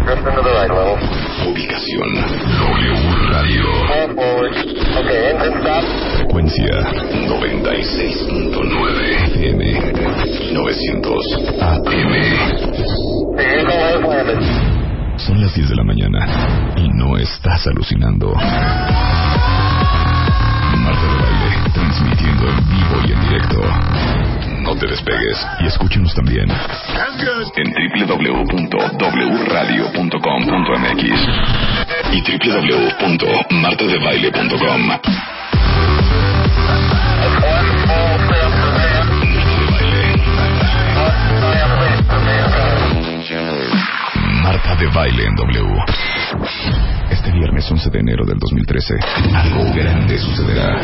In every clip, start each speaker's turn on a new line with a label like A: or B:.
A: Drift into the right a little.
B: Ubicación. W Radio.
A: Pull forward. Okay, engine stop.
B: Frecuencia 96.9 FM 900 AM.
A: The Eagle has landed.
B: Son las 10 de la mañana y no estás alucinando. Marta de Baile, transmitiendo en vivo y en directo. No te despegues y escúchenos también en www.wradio.com.mx y www.martadebaile.com.
A: One small step for man, one giant leap for mankind.
B: Marta de Baile en W. Este viernes 11 de enero del 2013, algo grande sucederá.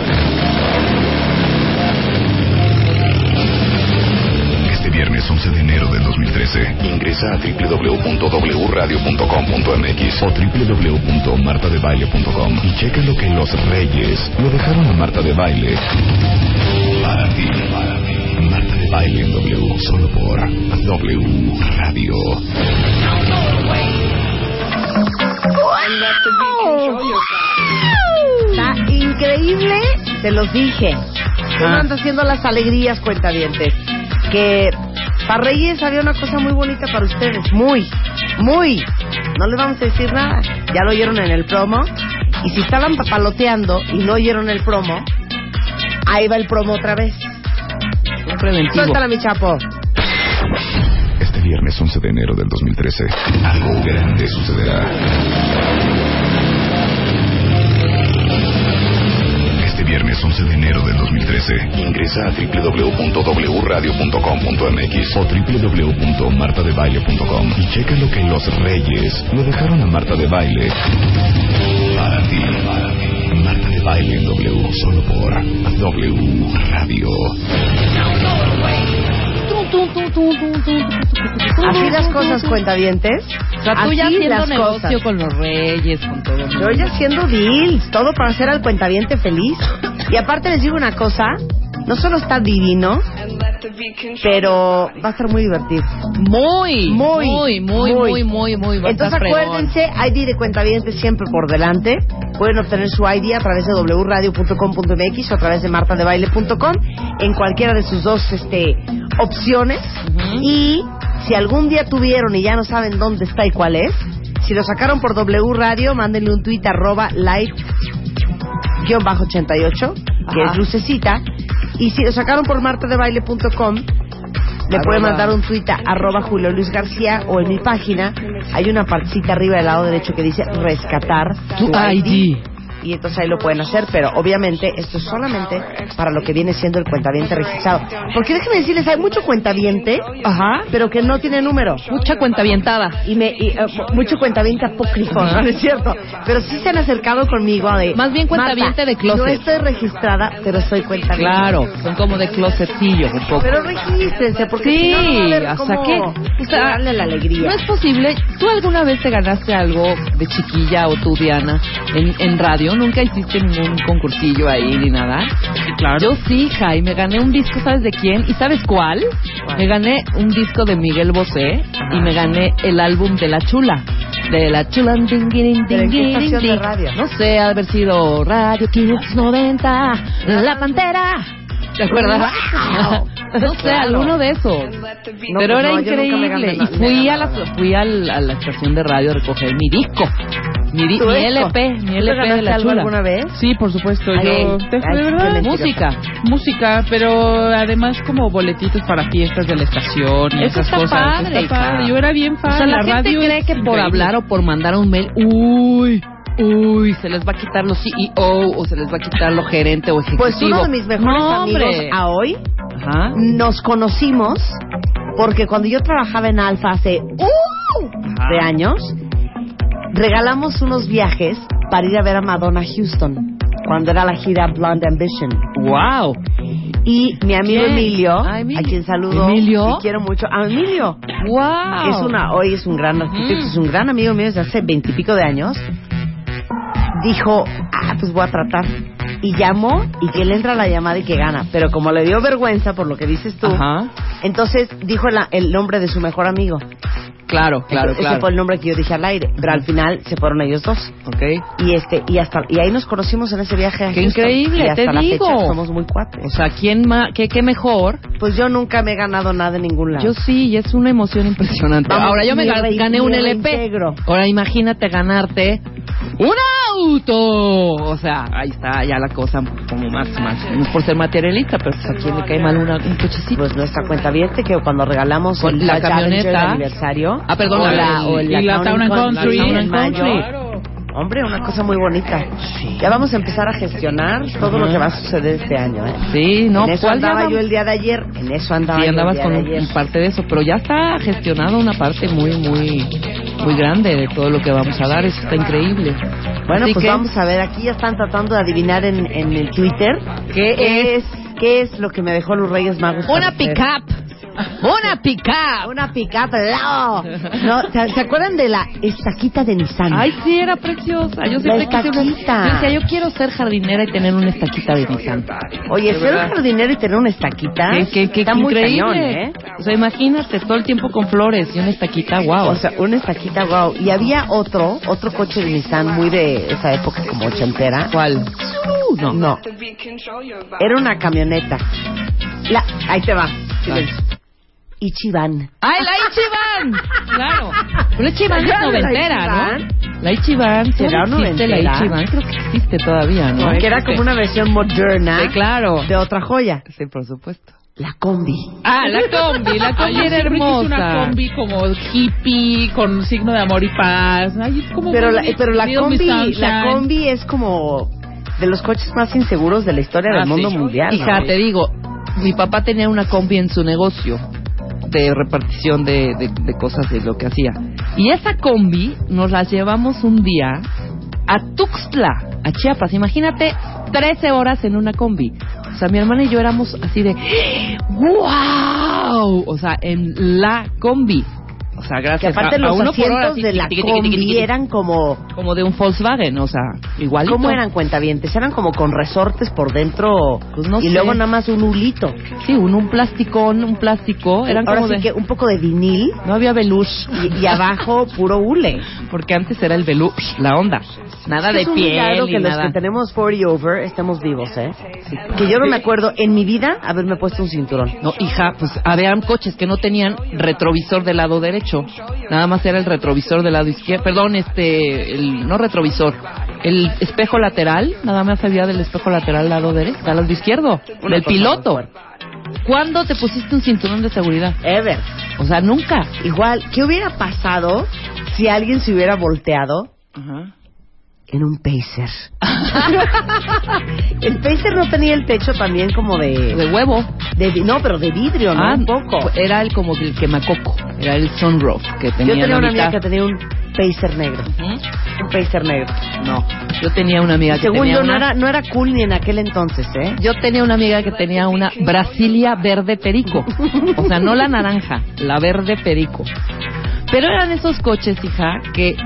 B: Este viernes 11 de enero del 2013, ingresa a www.wradio.com.mx o www.martadebaile.com y checa lo que los reyes le dejaron a Marta de Baile. Para ti, para ti. Marta de Baile en W, solo por W Radio.
C: Está increíble, se los dije. Yo no ando haciendo las alegrías, cuentavientes. Que para Reyes había una cosa muy bonita para ustedes. Muy, muy. No les vamos a decir nada. Ya lo oyeron en el promo. Y si estaban papaloteando y no oyeron el promo, ahí va el promo otra vez.
D: Un preventivo.
C: Suéltala, mi chapo.
B: Este viernes 11 de enero del 2013, algo grande sucederá. Este viernes 11 de enero del 2013, ingresa a www.wradio.com.mx o www.martadebaile.com y checa lo que los reyes le dejaron a Marta de Baile. Para ti, para ti, Marta de Baile en W, solo por W Radio.
C: Así las cosas, cuentavientes.
D: O sea, tú ya
C: Así
D: haciendo
C: las
D: negocio
C: cosas.
D: con los reyes, con todo. el
C: Yo
D: mundo.
C: ya haciendo deals, todo para hacer al cuentaviente feliz. Y aparte les digo una cosa, no solo está divino, pero va a estar muy divertido.
D: Muy,
C: Muy,
D: muy, muy, muy, muy, muy, muy. va a
C: Entonces
D: estar fregón.
C: acuérdense, ID de cuentavientes siempre por delante. Pueden obtener su ID a través de wradio.com.mx o a través de martadebaile.com en cualquiera de sus dos este, opciones.
D: Ujú.
C: Y si algún día tuvieron y ya no saben dónde está y cuál es, si lo sacaron por W Radio, mándenle un tweet arroba like guión bajo 88, que
D: Ajá.
C: es lucecita. Y si lo sacaron por martadebaile.com, le puede
D: Arroba.
C: mandar un tuit a arroba Julio Luis García o en mi página hay una partecita arriba del lado derecho que dice rescatar
D: Tu ID.
C: Y entonces ahí lo pueden hacer, pero obviamente esto es solamente para lo que viene siendo el cuentaviente registrado. Porque déjenme decirles, hay mucho cuentaviente,
D: Ajá.
C: pero que no tiene número.
D: Mucha cuenta
C: Y me, y, eh, mucho cuentaviente apócrifo, ¿no? ¿no es cierto? Pero sí se han acercado conmigo de...
D: Más bien cuentaviente
C: "Marta,
D: de closet".
C: No estoy registrada, pero soy cuentaviente.
D: Claro, son como de closetillo un poco.
C: Pero regístrense, porque
D: Sí,
C: si no, no va a haber
D: o sea,
C: cómo
D: ¿qué? O sea,
C: darle la alegría.
D: No es posible. ¿Tú alguna vez te ganaste algo de chiquilla o tú, Diana, en, en radio? ¿Nunca hiciste ningún concursillo ahí ni nada? Claro. Yo sí, Jai. Me gané un disco, ¿sabes de quién? ¿Y sabes cuál?
C: ¿Cuál?
D: Me gané un disco de Miguel Bosé y me gané el álbum de La Chula. De La Chula. din, din, din,
C: ¿Pero en qué
D: din,
C: estación
D: din.
C: de radio?
D: No sé, ha de haber sido Radio Kids 90, La Pantera. ¿Te acuerdas?
C: Wow.
D: no sé,
C: Claro.
D: alguno de esos.
C: No,
D: pero
C: pues
D: era
C: no, yo nunca me gané
D: increíble.
C: nada,
D: Y fui,
C: nada,
D: a la,
C: nada.
D: fui al- a la estación de radio a recoger mi disco. Mi, di-
C: ¿Tu disco?
D: mi LP,
C: ¿Tú te
D: mi LP de
C: ganaste
D: la
C: algo
D: chula.
C: alguna vez?
E: Sí, por supuesto.
C: Ay,
E: yo,
C: ay,
E: de
C: qué
E: verdad,
C: mentirosa.
D: Música.
E: música, pero además como boletitos para fiestas de la estación
D: Eso
E: y esas
D: está
E: cosas.
D: padre,
E: Está padre.
D: hija.
E: Yo era bien
D: O
E: fan.
D: sea, la, gente
E: radio
D: cree
E: es
D: que por
E: increíble.
D: hablar o por mandar un mail, uy, uy, se les va a quitar los CEO o se les va a quitar los gerente o ejecutivo.
C: Pues uno de mis mejores
D: No,
C: amigos
D: hombre.
C: a hoy
D: Ajá.
C: nos conocimos Porque cuando yo trabajaba en Alfa hace ¡uh! de años, regalamos unos viajes para ir a ver a Madonna Houston, cuando era la gira Blonde Ambition.
D: ¡Wow!
C: Y mi amigo
D: ¿Quién?
C: Emilio,
D: Ah, Emilio.
C: a quien saludo
D: ¿Emilio?
C: y quiero mucho, a Emilio,
D: ¡Wow!
C: que es una, hoy es un gran arquitecto,
D: Mm.
C: es un gran amigo mío desde hace veintipico de años, dijo, ah, pues voy a tratar. Y llamó y que le entra la llamada y que gana. Pero como le dio vergüenza por lo que dices tú,
D: Ajá.
C: entonces dijo la- el nombre de su mejor amigo.
D: Claro, claro,
C: Ese- Ese
D: claro.
C: fue el nombre que yo dije al aire. Pero al final se fueron ellos dos.
D: Ok.
C: Y este y hasta y ahí nos conocimos en ese viaje. a
D: Qué
C: Houston.
D: increíble,
C: Y hasta
D: te
C: la
D: digo.
C: fecha somos muy
D: O
C: cuates.
D: sea, ¿quién más, qué, qué mejor?
C: Pues yo nunca me he ganado nada en ningún lado.
D: Yo sí, y es una emoción impresionante.
C: Vamos,
D: Ahora yo me
C: me
D: ga-
C: re-
D: gané un
C: me
D: LP.
C: reintegro.
D: Ahora imagínate ganarte un auto. O sea, ahí está ya la cosa como más, más. No es por ser materialista, pero pues, a quién le cae mal una- un cochecito.
C: pues nuestra cuenta abierta que cuando regalamos
D: Con
C: el
D: la
C: Dodge Avenger
D: camioneta.
C: de aniversario
D: Ah, perdón,
C: o
D: la-
C: la, o
D: y
C: la,
E: la Town and Country.
C: en
E: Town and
C: mayo.
E: Country.
C: Hombre, una cosa muy bonita. Ya vamos a empezar a gestionar todo lo que va a suceder este año, ¿eh?
D: Sí, no,
C: en eso
D: ¿cuál
C: andaba
D: día
C: yo
D: vamos?
C: el día de ayer, en eso andaba
D: Sí,
C: yo el
D: andabas
C: día
D: con
C: de
D: un-
C: ayer.
D: parte de eso, pero ya está gestionada una parte muy, muy, muy grande de todo lo que vamos a dar. Eso está increíble.
C: Bueno,
D: Así
C: pues
D: que,
C: vamos a ver, aquí ya están tratando de adivinar en, en el Twitter
D: ¿Qué
C: es qué es lo que me dejó los Reyes Magos. para
D: Una
C: ustedes.
D: pick-up. Una pick-up.
C: Una pick-up, no. No, ¿se, se acuerdan de la estaquita de Nissan?
D: Ay, sí, era preciosa. Yo
C: La
D: siempre quise una-
C: estaquita.
D: Yo decía, yo quiero ser jardinera y tener una estaquita de Nissan.
C: Oye,
D: de
C: ser
D: verdad.
C: jardinero y tener una estaquita
D: Qué- qué- qué
C: está muy
D: increíble.
C: cañón, ¿eh?
D: O sea, imagínate, todo el tiempo con flores y una estaquita, wow.
C: O sea, una estaquita, wow. Y había otro, otro coche de Nissan muy de esa época, como ochentera.
D: ¿cuál?
C: Uh, no. no. Era una camioneta. La, ahí te va. silencio. Ichiban.
D: ¡Ay, la Ichiban! Claro. Pero la Ichiban es
C: Claro, la
D: noventera, ¿no? La Ichiban,
C: ¿Será
D: ¿todavía existe la
C: noventera?
D: Ichiban? Creo que existe todavía, ¿no?
C: que era como una versión moderna
D: Sí, claro.
C: de otra joya.
D: Sí, por supuesto.
C: La combi.
D: Ah, la combi, la
E: Ay,
D: combi
E: yo
D: era
E: siempre quise una
D: hermosa.
E: combi como hippie, con signo de amor y paz. Ay, es como
C: Pero la,
E: muy
C: pero la
E: Little Miss
C: combi,
E: Sunshine.
C: la combi es como de los coches más inseguros de la historia
E: Ah,
C: del mundo
E: sí.
C: mundial. ¿no?
D: Hija, te digo, mi papá tenía una combi en su negocio de repartición de, de- de cosas de lo que hacía. Y esa combi nos la llevamos un día a Tuxtla, a Chiapas. Imagínate 13 horas en una combi. O sea, mi hermana y yo éramos así de ¡Wow! O sea, en la combi. O sea,
C: que
D: gracias
C: aparte
D: a, a
C: los
D: uno por
C: asientos
D: hora, así,
C: de la
D: tiqui, tiqui, tiqui, tiqui,
C: combi
D: tiqui.
C: eran como
D: como de un Volkswagen, o sea, igualito.
C: ¿Cómo eran cuentavientes? Eran como con resortes por dentro
D: Pues no
C: y
D: sé.
C: luego nada más un hulito.
D: Sí, un, un plasticón, un plástico, eran
C: Ahora
D: como
C: sí
D: de
C: que un poco de vinil
D: No había veluche.
C: y, y abajo puro hule.
D: Porque antes era el veluche, la onda. Nada de
C: es un milagro
D: piel
C: que
D: ni
C: los
D: nada.
C: que tenemos 40 over estemos vivos, ¿eh? Que yo no me acuerdo en mi vida haberme puesto un cinturón.
D: No, hija, pues habían coches que no tenían retrovisor del lado derecho. Nada más era el retrovisor del lado izquierdo. Perdón, este, el, no retrovisor. El espejo lateral, nada más había del espejo lateral lado derecho, al lado izquierdo.
C: Una
D: del
C: cosa
D: piloto.
C: muy fuerte.
D: ¿Cuándo te pusiste un cinturón de seguridad?
C: Ever.
D: O sea, nunca.
C: Igual, ¿qué hubiera pasado si alguien se hubiera volteado en un pacer? el pacer no tenía el techo también como de...
D: De huevo.
C: de vi- no, pero de vidrio, ¿no?
D: Ah,
C: un poco.
D: Era el como el quemacoco. Era el sunroof que tenía.
C: Yo tenía
D: la
C: una
D: mitad.
C: amiga que tenía un pacer negro,
D: Ujú.
C: un pacer negro.
D: No, yo tenía una amiga que
C: Según
D: tenía
C: yo,
D: una...
C: no, era, no era cool ni en aquel entonces, ¿eh?
D: Yo tenía una amiga que tenía una Brasilia verde perico. O sea, no la naranja, la verde perico. Pero eran esos coches, hija, que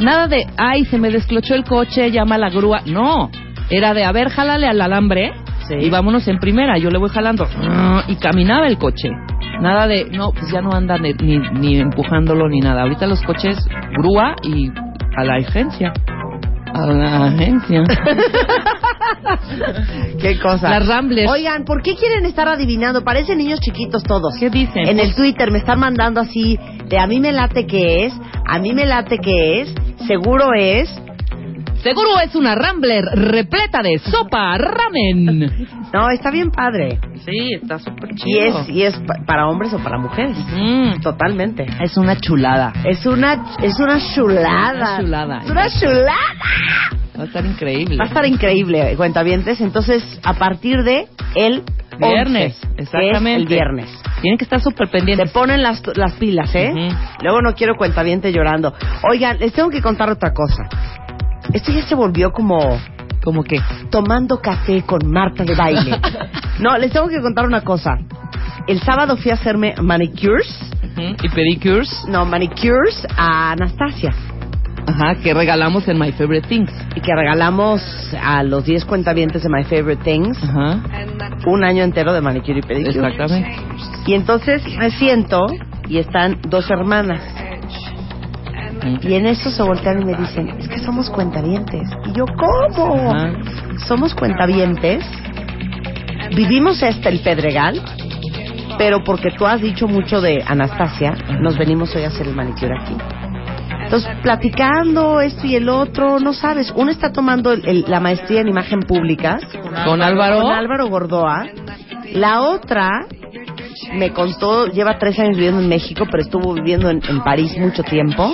D: nada de, ay, se me desclochó el coche, llama a la grúa. No, era de, a ver, jálale al alambre
C: Sí.
D: y vámonos en primera. Yo le voy jalando. Y caminaba el coche. Nada de, no, pues ya no anda ni, ni, ni empujándolo ni nada. Ahorita los coches, grúa y a la agencia. A la agencia.
C: ¿Qué cosa?
D: Las Ramblers.
C: Oigan, ¿por qué quieren estar adivinando? Parecen niños chiquitos todos.
D: ¿Qué dicen?
C: En el Twitter me están mandando así de a mí me late que es, a mí me late que es, seguro es.
D: Seguro es una Rambler repleta de sopa, ramen.
C: No, está bien padre.
D: Sí, está súper Mm,
C: Y es, y es pa- para hombres o para mujeres. Totalmente.
D: es una chulada.
C: Es una, es una chulada.
D: Una chulada.
C: Es una chulada.
D: Va a estar increíble.
C: Va a estar increíble, cuentavientes. Entonces, a partir de el
E: Viernes,
C: 11, que es
E: exactamente.
C: el viernes.
D: Tienen que estar súper
C: Se
D: pendientes.
C: ponen las, las pilas, ¿eh?
E: Ujú.
C: Luego no quiero cuentaviente llorando. Oigan, les tengo que contar otra cosa. Esto ya se volvió como
D: ¿Cómo que?
C: tomando café con Marta de baile. no, les tengo que contar una cosa. El sábado fui a hacerme manicures,
D: Y pedicures,
C: no, manicures a Anastasia.
D: ajá, que regalamos en My Favorite Things.
C: Y que regalamos a los 10 cuentavientes de My Favorite Things
D: Ajá.
C: un año entero de manicure y pedicure.
D: Exactamente.
C: Y entonces me siento y están dos hermanas. Y en eso se voltean y me dicen, es que somos cuentavientes. Y yo, ¿cómo?
D: Ajá.
C: Somos cuentavientes. Vivimos hasta el Pedregal, pero porque tú has dicho mucho de Anastasia, nos venimos hoy a hacer el manicure aquí. Entonces, platicando esto y el otro, no sabes, uno está tomando el- el- la maestría en imagen pública
D: Con Álvaro.
C: con Álvaro Gordoa. La otra me contó, lleva tres años viviendo en México, pero estuvo viviendo en, en París mucho tiempo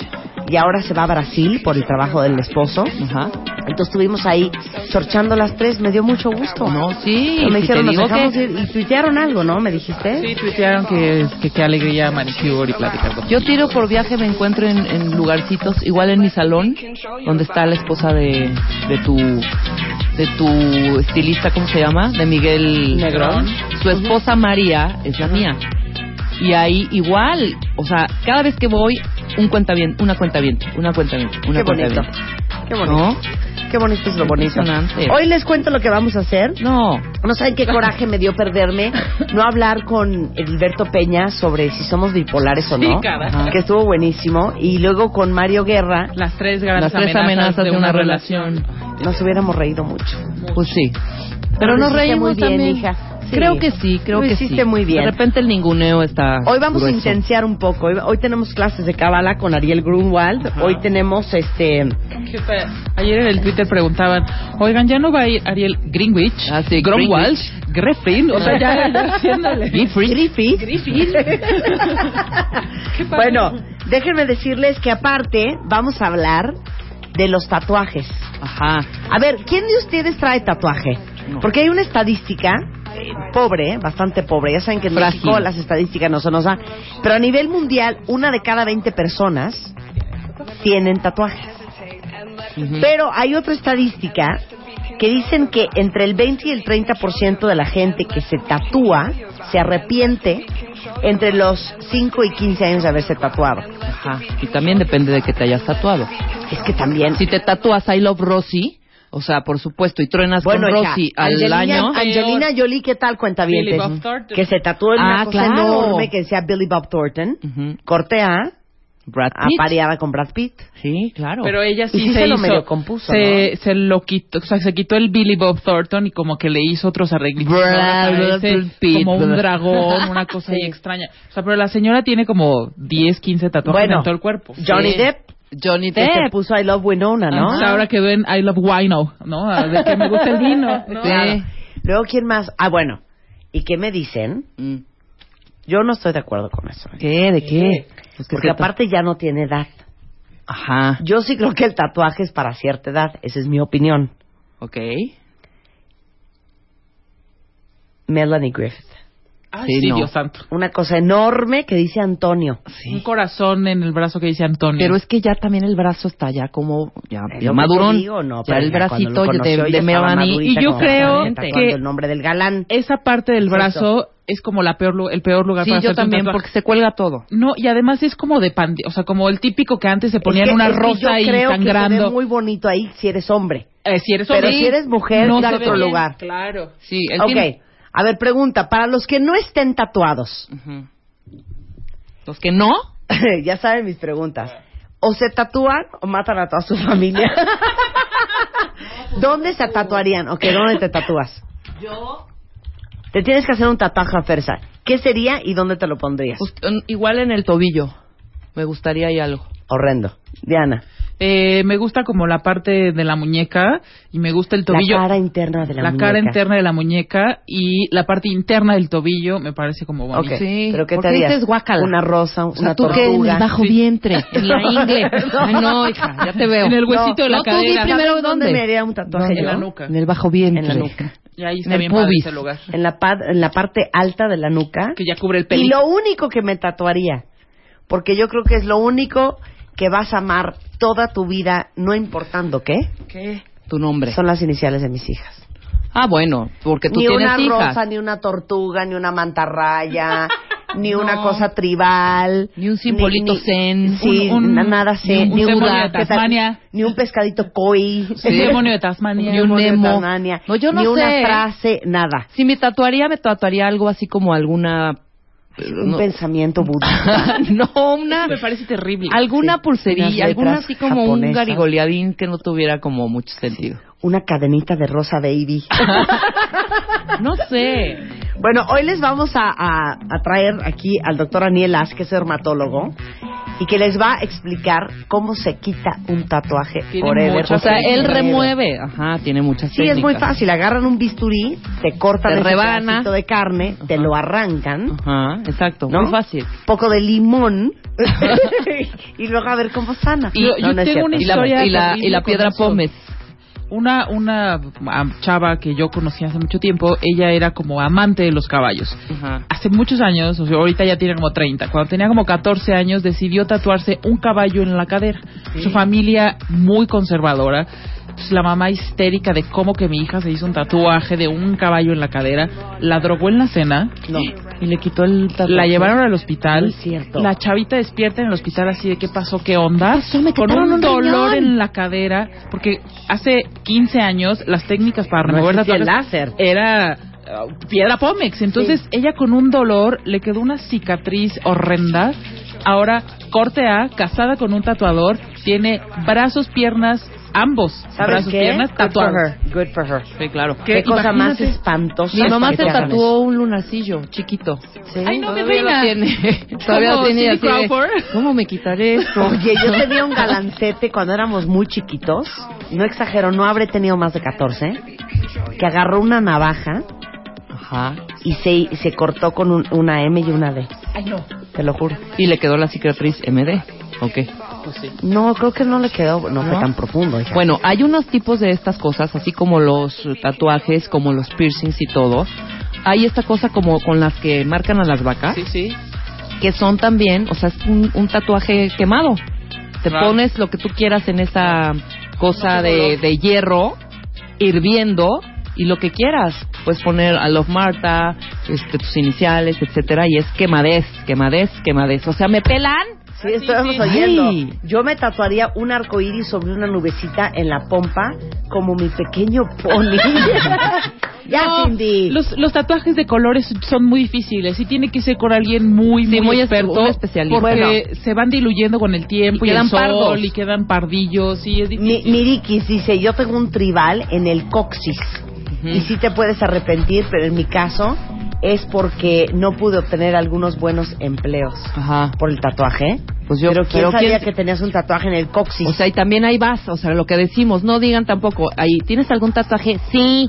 C: y ahora se va a Brasil por el trabajo del esposo.
D: Ajá.
C: Entonces estuvimos ahí sorchando las tres, me dio mucho gusto.
D: No, sí.
C: Pero me
D: si
C: dijeron,
D: te
C: nos
D: digo
C: dejamos
D: que-
C: ir", y tuitearon algo, ¿no? ¿Me dijiste?
E: Sí, tuitearon que que qué alegría manicure y platicar con
D: Yo tiro por viaje, me encuentro en, en lugarcitos, igual en mi salón, donde está la esposa de, de tu de tu estilista, ¿cómo se llama? De Miguel
E: Negrón.
D: Su esposa María es la mía. Y ahí igual, o sea, cada vez que voy, un cuenta bien, una cuenta bien, una cuenta bien, una
C: Qué
D: cuenta
C: bonito.
D: bien.
C: Qué bonito.
D: ¿No?
C: Qué bonito es lo bonito.
D: Impresionante.
C: Hoy les cuento lo que vamos a hacer.
D: No,
C: No saben qué coraje me dio perderme no hablar con Gilberto Peña sobre si somos bipolares o no,
E: Sí, cara.
C: Ajá. que estuvo buenísimo, y luego con Mario Guerra
E: Las tres
D: las
E: grandes
D: tres amenazas de una relación.
C: nos hubiéramos reído mucho.
D: Pues sí. Pero
C: Lo
D: nos
C: hiciste
D: reímos
C: muy bien,
D: también.
C: hija. Sí.
D: Creo que sí, creo
C: Lo
D: que
C: hiciste
D: sí.
C: muy bien.
D: De repente el ninguneo está.
C: Hoy vamos a
D: grueso.
C: intensiar un poco. Hoy, hoy tenemos clases de cábala con Ariel Grunwald. Hoy tenemos este
E: Ayer en el Twitter preguntaban, oigan, ¿ya no va a ir Ariel Greenwich?
D: Ah, sí,
E: Grom
D: Greenwich.
E: Walsh, Griffin, o sea, ya, ya haciéndole.
C: Griffith. bueno, déjenme decirles que aparte vamos a hablar de los tatuajes.
D: Ajá.
C: A ver, ¿quién de ustedes trae tatuaje?
D: No.
C: Porque hay una estadística eh, pobre, bastante pobre. Ya saben que en
D: Frágil.
C: México las estadísticas no se nos dan. Pero a nivel mundial, una de cada 20 personas tienen tatuajes. Pero hay otra estadística que dicen que entre el 20 y el 30% de la gente que se tatúa se arrepiente entre los 5 y 15 años de haberse tatuado.
D: Ajá. Y también depende de que te hayas tatuado.
C: Es que también...
D: Si te tatúas I love Rosy, o sea, por supuesto, y truenas
C: Bueno,
D: con
C: hija,
D: Rosy al
C: Angelina,
D: año.
C: Angelina Jolie, ¿qué tal cuenta bien?
E: Billy Bob Thornton.
C: Que se tatuó en una
D: Ah,
C: cosa
D: claro.
C: enorme que decía Billy Bob Thornton.
D: Ujú.
C: Corte A,
D: Brad Pitt.
C: apareada con Brad Pitt.
D: Sí, claro.
E: Pero ella sí,
C: Y sí
E: se,
C: se lo
E: hizo-
C: medio compuso,
E: Se, se lo quitó, o sea, se quitó el Billy Bob Thornton y como que le hizo otros arreglitos. ¿no?
D: Brad
E: Parece
D: Pitt.
E: Como un dragón, una cosa ahí extraña. O sea, pero la señora tiene como 10, 15 tatuajes
C: Bueno,
E: en todo el cuerpo.
C: Johnny
D: Sí.
C: Depp,
D: Johnny
C: que se
D: Depp.
C: puso I Love Winona, ¿no?
E: O sea, Pues ahora quedó en I love wino, ¿no? Ah, De que me gusta el vino. ¿no?
D: Sí.
E: Ah,
C: Luego, ¿quién más? Ah, bueno. ¿Y qué me dicen?
D: Mm.
C: Yo no estoy de acuerdo con eso. ¿eh?
D: ¿Qué? ¿De qué? Pues que
C: Porque
D: se-
C: aparte ya no tiene edad.
D: Ajá.
C: Yo sí creo que el tatuaje es para cierta edad. Esa es mi opinión.
D: Ok.
C: Melanie Griffith.
E: Ay,
D: Sí,
E: sí,
D: no.
E: Dios santo.
C: Una cosa enorme que dice Antonio.
E: Un corazón en el brazo que dice Antonio.
D: Pero es que ya también el brazo está ya como ya,
C: Es lo que
D: ya madurón.
C: te digo, no,
D: ya
C: pero
E: pues,
D: el
C: ya cuando
D: bracito
C: lo conoció,
D: de,
C: ya
D: de
C: estaba
D: Melanie.
C: madurita
E: Y yo
C: como
E: creo
C: para estar
E: que-
C: tatuando el nombre del galán.
E: esa parte del
C: Eso.
E: brazo es como la peor lu- el peor lugar
D: Sí,
E: para
D: yo
E: hacerte un
D: también,
E: tatuaje.
D: porque se cuelga todo.
E: No, y además es como de pan, o sea, como el típico que antes se ponían
C: Es que-
E: una
C: es que
E: rosa
C: yo
E: ahí
C: creo que se ve
E: sangrando.
C: muy bonito ahí si eres hombre.
E: Eh, si eres
C: Pero
E: hombre,
C: si eres mujer,
E: no
C: es
E: se
C: otro
E: ve bien.
C: lugar.
E: Claro.
D: Sí, él
C: ok.
D: tiene-
C: A ver, pregunta, para los que no estén tatuados,
D: Ujú. Los que no,
C: ya saben mis preguntas, o se tatúan o matan a toda su familia. ¿Dónde se tatuarían? Ok, ¿dónde te tatúas? Yo... Te tienes que hacer un tatuaje a fuerza. ¿Qué sería y dónde te lo pondrías?
D: pues, en- igual en el tobillo. Me gustaría ahí algo.
C: Horrendo. Diana.
E: eh, me gusta como la parte de la muñeca y me gusta el tobillo.
C: La cara interna de la,
E: la
C: muñeca.
E: cara interna de la muñeca y la parte interna del tobillo me parece como bonito.
C: Ok,
D: Sí,
C: pero ¿qué
D: ¿por
C: te
D: qué
C: harías?
D: dices guácala?
C: Una rosa,
D: O sea,
C: una
D: tú que en el
C: tortuga.
D: bajo
E: Sí.
D: vientre, en la ingle. Ay, no, hija, ya te veo.
E: En el huesito de la
D: no, tú di
E: cadera.
D: primero
C: ¿Sabes
D: dónde.
C: me haría un tatuaje
E: ¿Dónde?
C: yo?
E: En la nuca.
D: En el bajo vientre.
C: En la nuca.
E: Y ahí
D: En
E: está
D: el
E: bien padre
D: pubis.
E: ese lugar.
C: En la, pad- en la parte alta de la nuca.
E: Que ya cubre el
C: Y
E: pelito.
C: lo único que me tatuaría, porque yo creo que es lo único que vas a amar toda tu vida, no importando qué,
E: ¿Qué?
D: Tu nombre.
C: son las iniciales de mis hijas.
D: Ah, bueno, porque tú
C: ni
D: tienes
C: una
D: hijas.
C: rosa, ni una tortuga, ni una mantarraya, ni
D: No.
C: una cosa tribal,
D: Ni un simbolito zen.
C: sí,
E: Un- un-
C: na- nada zen,
E: un- un demonio de
C: ¿qué tal?
E: Tasmania.
C: ni un pescadito koi,
E: Sí. El demonio de Tasmania.
D: Ni un
C: demonio de
D: Nemo.
C: Tasmania,
D: No, yo no
C: ni una
D: sé.
C: frase, nada,
D: Si me tatuaría, me tatuaría algo así como alguna... eh,
C: un
D: no-
C: pensamiento budista.
D: no, una...
E: Me parece terrible.
D: Alguna
C: Sí, unas
D: pulserilla, alguna
C: letras
D: así como un
C: japonesas.
D: garigoleadín que no tuviera como mucho sentido.
C: Una cadenita de rosa baby.
D: No sé.
C: Bueno, hoy les vamos a, a- a traer aquí al doctor Aniel As, que es dermatólogo, y que les va a explicar cómo se quita un tatuaje
E: Tiene
C: forever.
E: muchas
D: O sea, él
C: Forever.
D: remueve. Ajá, tiene muchas
C: Sí, es muy
D: técnicas.
C: fácil. Agarran un bisturí, te cortan
D: Te
C: ese
D: rebana.
C: pedacito de carne, te
D: Ajá.
C: lo arrancan,
D: Ajá, exacto,
C: ¿no?
D: muy fácil.
C: Poco de limón y luego a ver cómo sana.
E: Y yo- yo
C: es
E: tengo una
D: Y
C: cierto.
D: la,
E: Historia
D: y la, y
E: terrible
D: la
E: con
D: piedra
E: eso.
D: pómez.
E: una una am, chava que yo conocí hace mucho tiempo, ella era como amante de los caballos.
D: Ajá.
E: Hace muchos años, o sea, ahorita ya tiene como 30, cuando tenía como 14 años decidió tatuarse un caballo en la cadera. Su familia muy conservadora, Entonces, la mamá histérica de cómo que mi hija se hizo un tatuaje de un caballo en la cadera, la drogó en la cena,
C: No.
D: Y le quitó el tatuaje.
E: la llevaron al hospital.
C: Es cierto.
E: La chavita despierta en el hospital así de qué pasó, qué onda.
D: Me
E: Con
D: quitaron
E: un,
D: un
E: dolor
D: riñón.
E: en la cadera, porque hace 15 años las técnicas para
C: No
E: remover
C: existía el
E: tatuajes
C: láser.
E: era eh, piedra pómex. Entonces ella con un dolor le quedó una cicatriz horrenda. Ahora, corte A, casada con un tatuador, tiene brazos, piernas, ambos.
C: ¿Sabes
E: brazos,
C: qué?
E: piernas,
C: Good for
E: tatuados.
C: her. Good for her.
E: Sí, claro.
C: Qué, cosa más
E: Imagínate.
C: espantosa.
D: Mi mamá
C: que
D: se
C: te hagan
D: tatuó un lunarcillo chiquito.
C: Sí.
E: Ay, no, mi
D: Todavía lo
E: reina.
D: tiene. Todavía lo
E: Como
D: tiene y
E: Cindy
D: así de,
E: Crawford.
D: ¿Cómo me quitaré esto?
C: Oye, yo tenía un galancete cuando éramos muy chiquitos, no exagero, no habré tenido más de 14, que agarró una navaja
D: Ajá.
C: y se, se cortó con un- una M y una D,
E: Ay, no.
C: te lo juro.
D: Y le quedó la cicatriz MD. Ok.
E: Pues sí.
C: No, creo que no le quedó, no, fue
D: ¿No?
C: tan profundo. hija.
D: Bueno, hay unos tipos de estas cosas, así como los eh, tatuajes, como los piercings y todo. Hay esta cosa como con las que marcan a las vacas,
E: Sí, sí.
D: que son también, o sea, es un, un tatuaje quemado. Te
E: Claro.
D: pones lo que tú quieras en esa cosa
E: No sé
D: de,
E: color.
D: de hierro, hirviendo, y lo que quieras. Puedes poner a Love Marta, este, tus iniciales, etcétera, y es quemadez, quemadez, quemadez. O sea, ¿me pelan?
C: sí, estábamos
E: sí.
C: oyendo.
D: Ay.
C: Yo me tatuaría un arco iris sobre una nubecita en la pompa, como mi pequeño pony. ya,
E: No,
C: Cindy.
E: Los, los tatuajes de colores son muy difíciles y tiene que ser con alguien muy,
D: Sí,
E: muy,
D: muy
E: experto.
D: espe- un especialista.
E: Porque
D: Bueno.
E: se van diluyendo con el tiempo
D: Y
E: y,
D: quedan
E: el sol
D: pardos.
E: y quedan pardillos y es
C: Mi-
E: difícil.
C: Mirikis dice, yo tengo un tribal en el coxis.
D: Ujú.
C: Y sí te puedes arrepentir, pero en mi caso es porque no pude obtener algunos buenos empleos
D: Ajá.
C: por el tatuaje.
D: Pues yo-
C: pero quién
D: pero
C: sabía
D: quién-
C: que tenías un tatuaje en el coxis.
D: O sea, y también ahí vas, o sea, lo que decimos, no digan tampoco, ahí, ¿tienes algún tatuaje? Sí.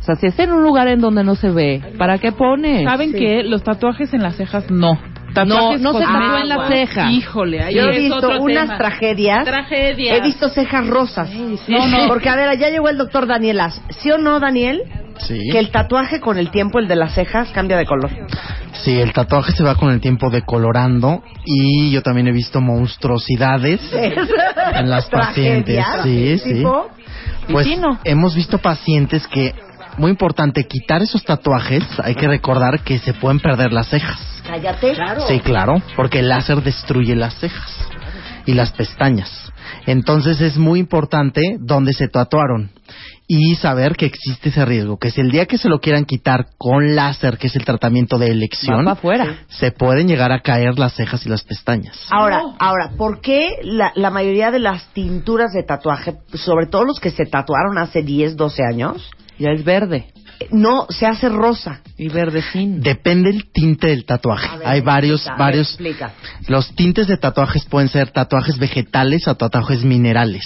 D: O sea, si es en un lugar en donde no se ve, ¿para qué pones?
E: ¿Saben
C: Sí.
E: que Los tatuajes en las cejas no. Tatuajes
D: no se
E: con
D: tatúa
C: en la
E: agua.
D: ceja.
E: Híjole, ahí
C: yo he
E: es
C: visto
E: otro
C: unas
E: tema.
C: tragedias.
E: tragedias.
C: He visto cejas rosas.
E: sí. No, no.
C: Porque, a ver, ya llegó el doctor Danielas. ¿Sí o no, Daniel?
F: Sí.
C: Que el tatuaje con el tiempo, el de las cejas, cambia de color.
F: Sí, el tatuaje se va con el tiempo decolorando y yo también he visto monstruosidades en las pacientes.
C: Tragedias,
F: Sí, sí.
C: tipo,
F: Pues
D: Chino.
F: hemos visto pacientes que, muy importante, quitar esos tatuajes, hay que recordar que se pueden perder las cejas.
C: Cállate. Claro.
F: Sí, claro, porque el láser destruye las cejas y las pestañas. Entonces es muy importante dónde se tatuaron y saber que existe ese riesgo, que si el día que se lo quieran quitar con láser, que es el tratamiento de
D: Va
F: elección,
D: para afuera.
F: se pueden llegar a caer las cejas y las pestañas.
C: Ahora, ahora, ¿por qué la, la mayoría de las tinturas de tatuaje, sobre todo los que se tatuaron hace 10, 12 años,
D: Ya es verde.
C: no se hace rosa.
D: Y verdecín.
F: Depende el tinte del tatuaje.
C: A ver,
F: Hay varios,
C: explica, a ver,
F: varios.
C: explica.
F: Los tintes de tatuajes pueden ser tatuajes vegetales o tatuajes minerales.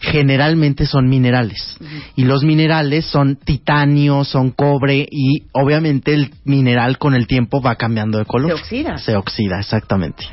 F: Generalmente son minerales. Y los minerales son titanio, son cobre y obviamente el mineral con el tiempo va cambiando de color.
C: Se oxida.
F: Se oxida, exactamente.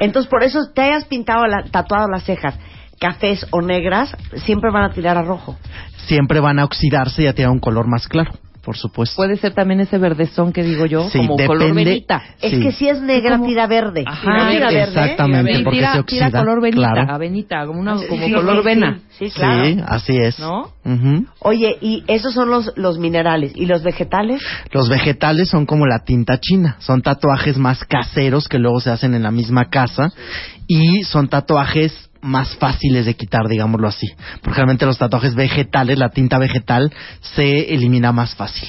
C: Entonces, por eso te hayas pintado, la- tatuado las cejas cafés o negras, siempre van a tirar a rojo.
F: Siempre van a oxidarse y a tener un color más claro, por supuesto.
D: Puede ser también ese verdezón que digo yo,
F: Sí,
D: como color
F: depende-
D: venita.
C: Es
F: Sí.
C: que si es negra,
D: ¿Cómo?
C: tira verde.
D: Ajá,
C: Si no tira verde,
F: exactamente,
D: Sí,
F: porque
D: tira,
F: se
D: tira
F: oxida.
D: color venita,
F: claro.
D: a venita, como, una, como
C: Sí,
D: color
C: sí,
D: vena.
C: Sí, sí, claro.
F: Sí, así es.
D: ¿No?
F: Ujú.
C: Oye, y esos son los, los minerales. ¿Y los vegetales?
F: Los vegetales son como la tinta china, son tatuajes más caseros que luego se hacen en la misma casa y son tatuajes más fáciles de quitar, digámoslo así. Porque realmente los tatuajes vegetales, la tinta vegetal, se elimina más fácil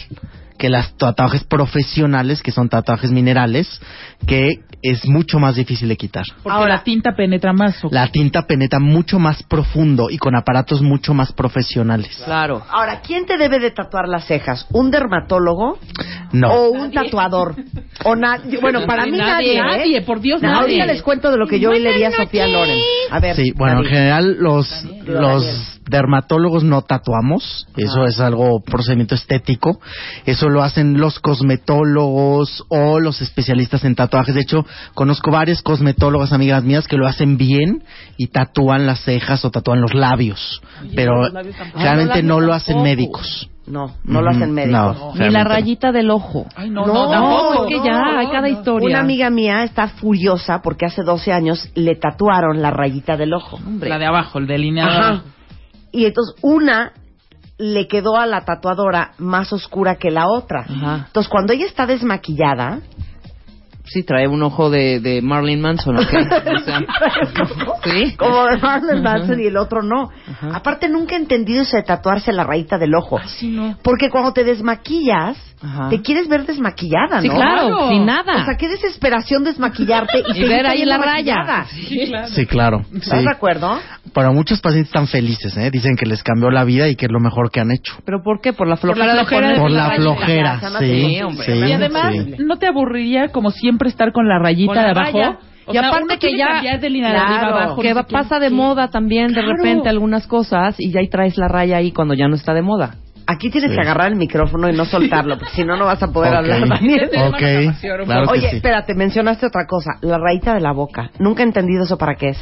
F: que los tatuajes profesionales, que son tatuajes minerales, que es mucho más difícil de quitar.
E: Porque
C: Ahora-
E: la tinta penetra más. ¿o qué?
F: La tinta penetra mucho más profundo y con aparatos mucho más profesionales.
D: Claro.
C: Ahora, ¿quién te debe de tatuar las cejas? ¿Un dermatólogo?
F: No.
C: ¿O un tatuador? O na- Bueno, para mí nadie.
E: Nadie,
C: ¿eh?
E: nadie, por Dios, nadie.
C: Ahorita les cuento de lo que yo hoy le di a Sofía Loren. A ver.
F: Sí, bueno, en
C: David.
F: general los,
C: Daniel.
F: los dermatólogos no tatuamos, eso es algo procedimiento estético, eso lo hacen los cosmetólogos o los especialistas en tatuajes, de hecho conozco varias cosmetólogas amigas mías que lo hacen bien y tatúan las cejas o tatúan los labios, pero
E: los labios tampoco.
F: realmente
E: Ah, los
F: no
E: labios
F: lo hacen
E: tampoco.
F: médicos.
C: No, no lo hacen
F: Mm,
C: médicos.
F: no,
D: Ni la
F: realmente no.
D: rayita del ojo.
E: Ay, no,
C: No,
E: no,
C: no,
E: tampoco.
D: es que ya hay cada historia.
C: Una amiga mía está furiosa porque hace 12 años le tatuaron la rayita del ojo.
E: La de abajo, el delineador.
C: Ajá. Y entonces una le quedó a la tatuadora más oscura que la otra.
D: Ajá.
C: Entonces cuando ella está desmaquillada,
D: Sí, trae un ojo de, de Marilyn Manson, ¿o qué? O sea, sí.
C: como de Marilyn Manson y el otro no.
D: Ajá.
C: Aparte nunca he entendido eso de tatuarse la rayita del ojo.
F: Ah,
E: Sí, no.
C: Porque cuando te desmaquillas,
D: Ajá.
C: te quieres ver desmaquillada, ¿no?
D: Sí, claro,
E: Claro.
D: sin nada.
C: O sea, qué desesperación desmaquillarte y,
D: Y
C: seguir
D: ver ahí la
C: saliendo
D: raya.
C: maquillada.
F: Sí, claro.
C: ¿Estás
F: sí.
C: de acuerdo?
F: Para muchos pacientes están felices, ¿eh? dicen que les cambió la vida y que es lo mejor que han hecho.
D: ¿Pero por qué? Por la
E: la
D: flojera de
E: flojera de
D: poner-
F: Por la
D: rayita.
F: flojera,
D: Ya,
F: sí,
D: hombre.
F: sí,
E: y además,
F: sí.
E: ¿no te aburriría como siempre estar con la rayita
D: Con la
E: de abajo?
D: raya.
E: O
D: y
E: sea,
D: aparte
E: uno
D: que
E: quiere
D: ya,
E: cambiar de línea de arriba
D: claro,
E: abajo,
D: que
E: no
D: va-
E: sé qué.
D: pasa de moda también de
E: Claro.
D: repente algunas cosas y ya ahí traes la raya ahí cuando ya no está de moda.
C: Aquí tienes
F: Sí.
C: que agarrar el micrófono y no soltarlo, porque si no, no vas a poder
F: Ok.
C: hablar, Daniel.
F: Ok, claro que
C: Oye,
F: sí.
C: espérate, mencionaste otra cosa, la rayita de la boca. Nunca he entendido eso para qué es.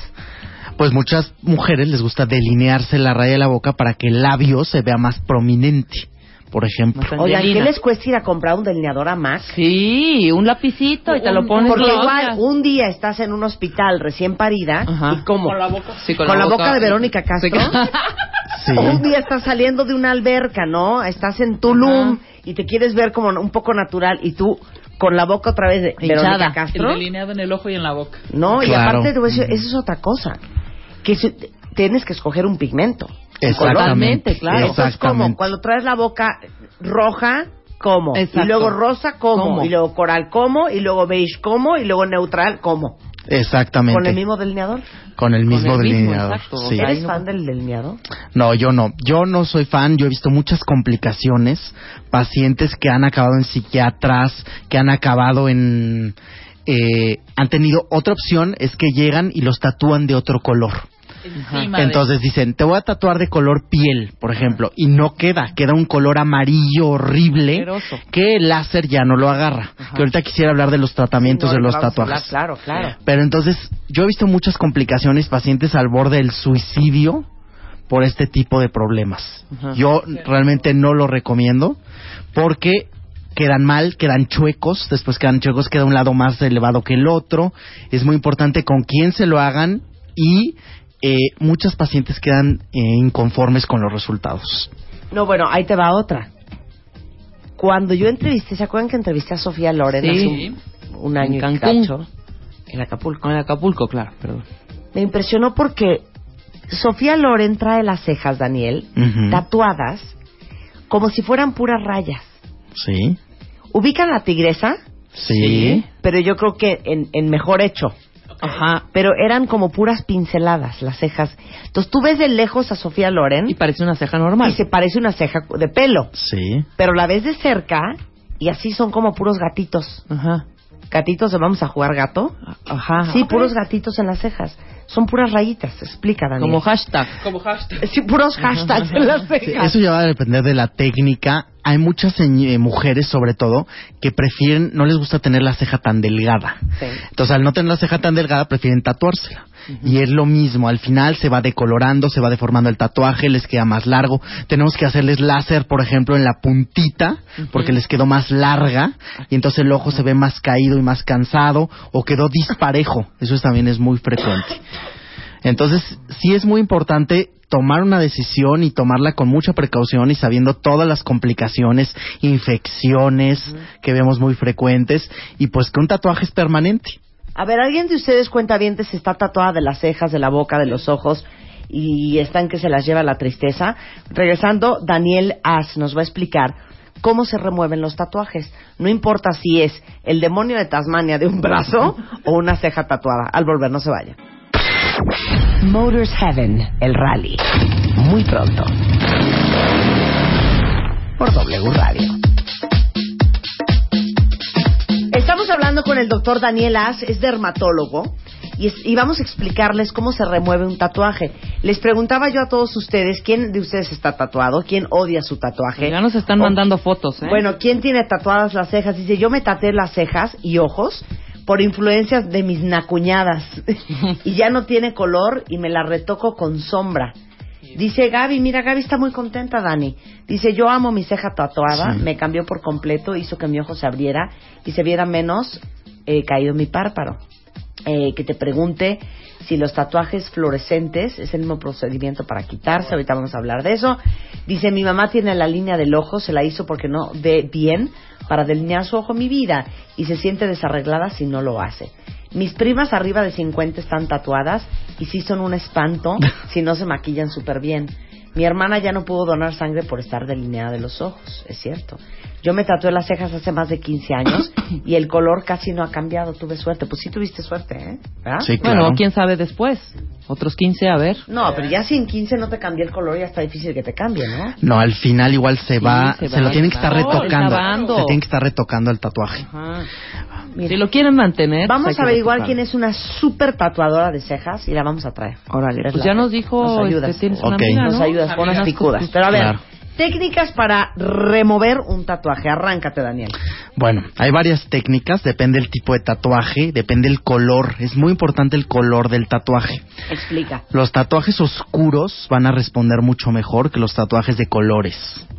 F: Pues muchas mujeres les gusta delinearse la raya de la boca para que el labio se vea más prominente, por ejemplo.
D: Más
C: Oigan, ¿qué
D: Angelina.
C: les cuesta ir a comprar un delineador a Mac?
D: Sí, un lapicito y te lo pones
C: Porque
D: y lo
C: igual
D: odias.
C: un día estás en un hospital recién parida
D: Ajá.
C: y cómo
E: Con la boca.
D: Sí,
C: con la boca de Verónica Castro.
F: Sí.
C: un día estás saliendo de una alberca, ¿no? Estás en Tulum y te quieres ver como un poco natural y tú con la boca otra vez de
D: Hinchada.
C: Verónica
E: El
C: Castro,
E: delineado en el ojo y en la boca.
C: ¿no? Y
F: Claro.
C: aparte te voy a decir, eso es otra cosa, que si- tienes que escoger un pigmento.
F: Exactamente,
D: Totalmente, claro.
C: Eso es como
F: Exactamente.
C: cuando traes la boca roja, como.
D: Exacto.
C: Y luego rosa, como.
D: Como.
C: Y luego coral, como. Y luego beige, como. Y luego neutral, como.
F: Exactamente.
C: Con el mismo delineador.
F: Con el mismo
D: Con el mismo,
F: delineador.
D: exacto,
F: sí.
D: o sea,
C: ¿Eres
D: Ahí no-
C: fan del delineador?
F: No, yo no. Yo no soy fan. Yo he visto muchas complicaciones. Pacientes que han acabado en psiquiatras, que han acabado en... eh, han tenido otra opción, es que llegan y los tatúan de otro color.
E: Encima de-
F: Entonces dicen, te voy a tatuar de color piel, por ejemplo, y no queda, queda un color amarillo horrible
D: Asqueroso.
F: que el láser ya no lo agarra.
D: Ajá.
F: Que ahorita quisiera hablar de los tratamientos
C: No,
F: de los
C: claro,
F: tatuajes.
C: Claro, claro.
F: Pero entonces, yo he visto muchas complicaciones, pacientes al borde del suicidio por este tipo de problemas.
D: Ajá.
F: Yo realmente no lo recomiendo porque quedan mal, quedan chuecos, después quedan chuecos, queda un lado más elevado que el otro. Es muy importante con quién se lo hagan y eh, muchas pacientes quedan eh, inconformes con los resultados.
C: No, bueno, ahí te va otra. Cuando yo entrevisté, ¿se acuerdan que entrevisté a Sofía Loren
D: Sí.
C: hace un, un año
D: En
C: y
D: Cancún.
C: cacho? En Acapulco.
D: Con el Acapulco, claro, perdón.
C: Me impresionó porque Sofía Loren trae las cejas, Daniel,
F: Ujú.
C: tatuadas, como si fueran puras rayas.
F: Sí,
C: Ubican la tigresa,
F: sí,
C: pero yo creo que en, en mejor hecho.
E: Ok.
C: Ajá. Pero eran como puras pinceladas las cejas. Entonces tú ves de lejos a Sofía Loren
D: ¿Mm? Y
C: y,
D: parece una ceja normal.
C: se parece una ceja de pelo.
F: Sí.
C: Pero la ves de cerca y así son como puros gatitos.
D: Ajá.
C: Gatitos, vamos a jugar gato.
D: Ajá.
C: Sí,
D: Ok.
C: puros gatitos en las cejas. Son puras rayitas. Explica, Daniel.
D: Como hashtag.
E: Como hashtag.
C: Sí, puros hashtags en las cejas.
F: Eso ya va a depender de la técnica. Hay muchas señ- eh, mujeres, sobre todo, que prefieren, no les gusta tener la ceja tan delgada.
C: Sí.
F: Entonces, al no tener la ceja tan delgada, prefieren tatuársela. Y es lo mismo, al final se va decolorando, se va deformando el tatuaje, les queda más largo. Tenemos que hacerles láser, por ejemplo, en la puntita, porque les quedó más larga, y entonces el ojo se ve más caído y más cansado, o quedó disparejo. Eso es- también es muy frecuente. Entonces, sí es muy importante tomar una decisión y tomarla con mucha precaución y sabiendo todas las complicaciones, infecciones que vemos muy frecuentes y pues que un tatuaje es permanente.
C: A ver, ¿alguien de ustedes cuenta bien se está tatuada de las cejas, de la boca, de los ojos y están que se las lleva la tristeza? Regresando, Daniel As nos va a explicar cómo se remueven los tatuajes. No importa si es el demonio de Tasmania de un brazo o una ceja tatuada. Al volver, no se vaya. Motors Heaven, el rally. Muy pronto. Por W Radio. Estamos hablando con el doctor Daniel As, es dermatólogo, y, es- y vamos a explicarles cómo se remueve un tatuaje. Les preguntaba yo a todos ustedes quién de ustedes está tatuado, quién odia su tatuaje.
D: Ya nos están
C: O-
D: mandando fotos, ¿eh?
C: Bueno, ¿quién tiene tatuadas las cejas? Dice, yo me tatué las cejas y ojos por influencias de mis nacuñadas y ya no tiene color y me la retoco con sombra. Dice Gaby, mira, Gaby está muy contenta, Dani. Dice, yo amo mi ceja tatuada, me cambió por completo, hizo que mi ojo se abriera y se viera menos eh, caído mi párpado. Eh, que te pregunte si los tatuajes fluorescentes es el mismo procedimiento para quitarse, ahorita vamos a hablar de eso. Dice, mi mamá tiene la línea del ojo, se la hizo porque no ve bien para delinear su ojo mi vida y se siente desarreglada si no lo hace. Mis primas arriba de 50 están tatuadas y sí son un espanto si no se maquillan súper bien. Mi hermana ya no pudo donar sangre por estar delineada de los ojos, es cierto. Yo me tatué las cejas hace más de 15 años y el color casi no ha cambiado, tuve suerte. Pues sí tuviste suerte, ¿eh? ¿Verdad?
F: Sí,
D: Bueno,
F: claro.
D: quién sabe después. Otros 15, a ver.
C: No, pero ya si en 15 no te cambió el color ya está difícil que te cambie, ¿no?
F: No, al final igual se
D: Sí,
F: va,
D: se
F: se,
D: va,
F: lo tienen que estar
D: claro.
F: retocando.
D: Acabando.
F: Se tiene que estar retocando el tatuaje.
C: Mira.
D: Si lo quieren mantener.
C: Vamos
D: pues
C: a
D: hay que
C: averiguar
D: retocar.
C: quién es una súper tatuadora de cejas y la vamos a traer.
D: Órale,
C: Es
D: pues
C: la
D: ya
C: que
D: nos dijo
C: nos ayudas.
D: este, tienes una
F: Ok.
D: amiga,
C: Nos
D: ¿no?
C: ayudas con unas
D: Amigas,
C: picudas.
D: tus-
C: Pero a ver,
F: Claro.
C: técnicas para remover un tatuaje. Arráncate, Daniel.
F: Bueno, hay varias técnicas, depende el tipo de tatuaje, depende el color. Es muy importante el color del tatuaje.
C: Explica.
F: Los tatuajes oscuros van a responder mucho mejor que los tatuajes de colores,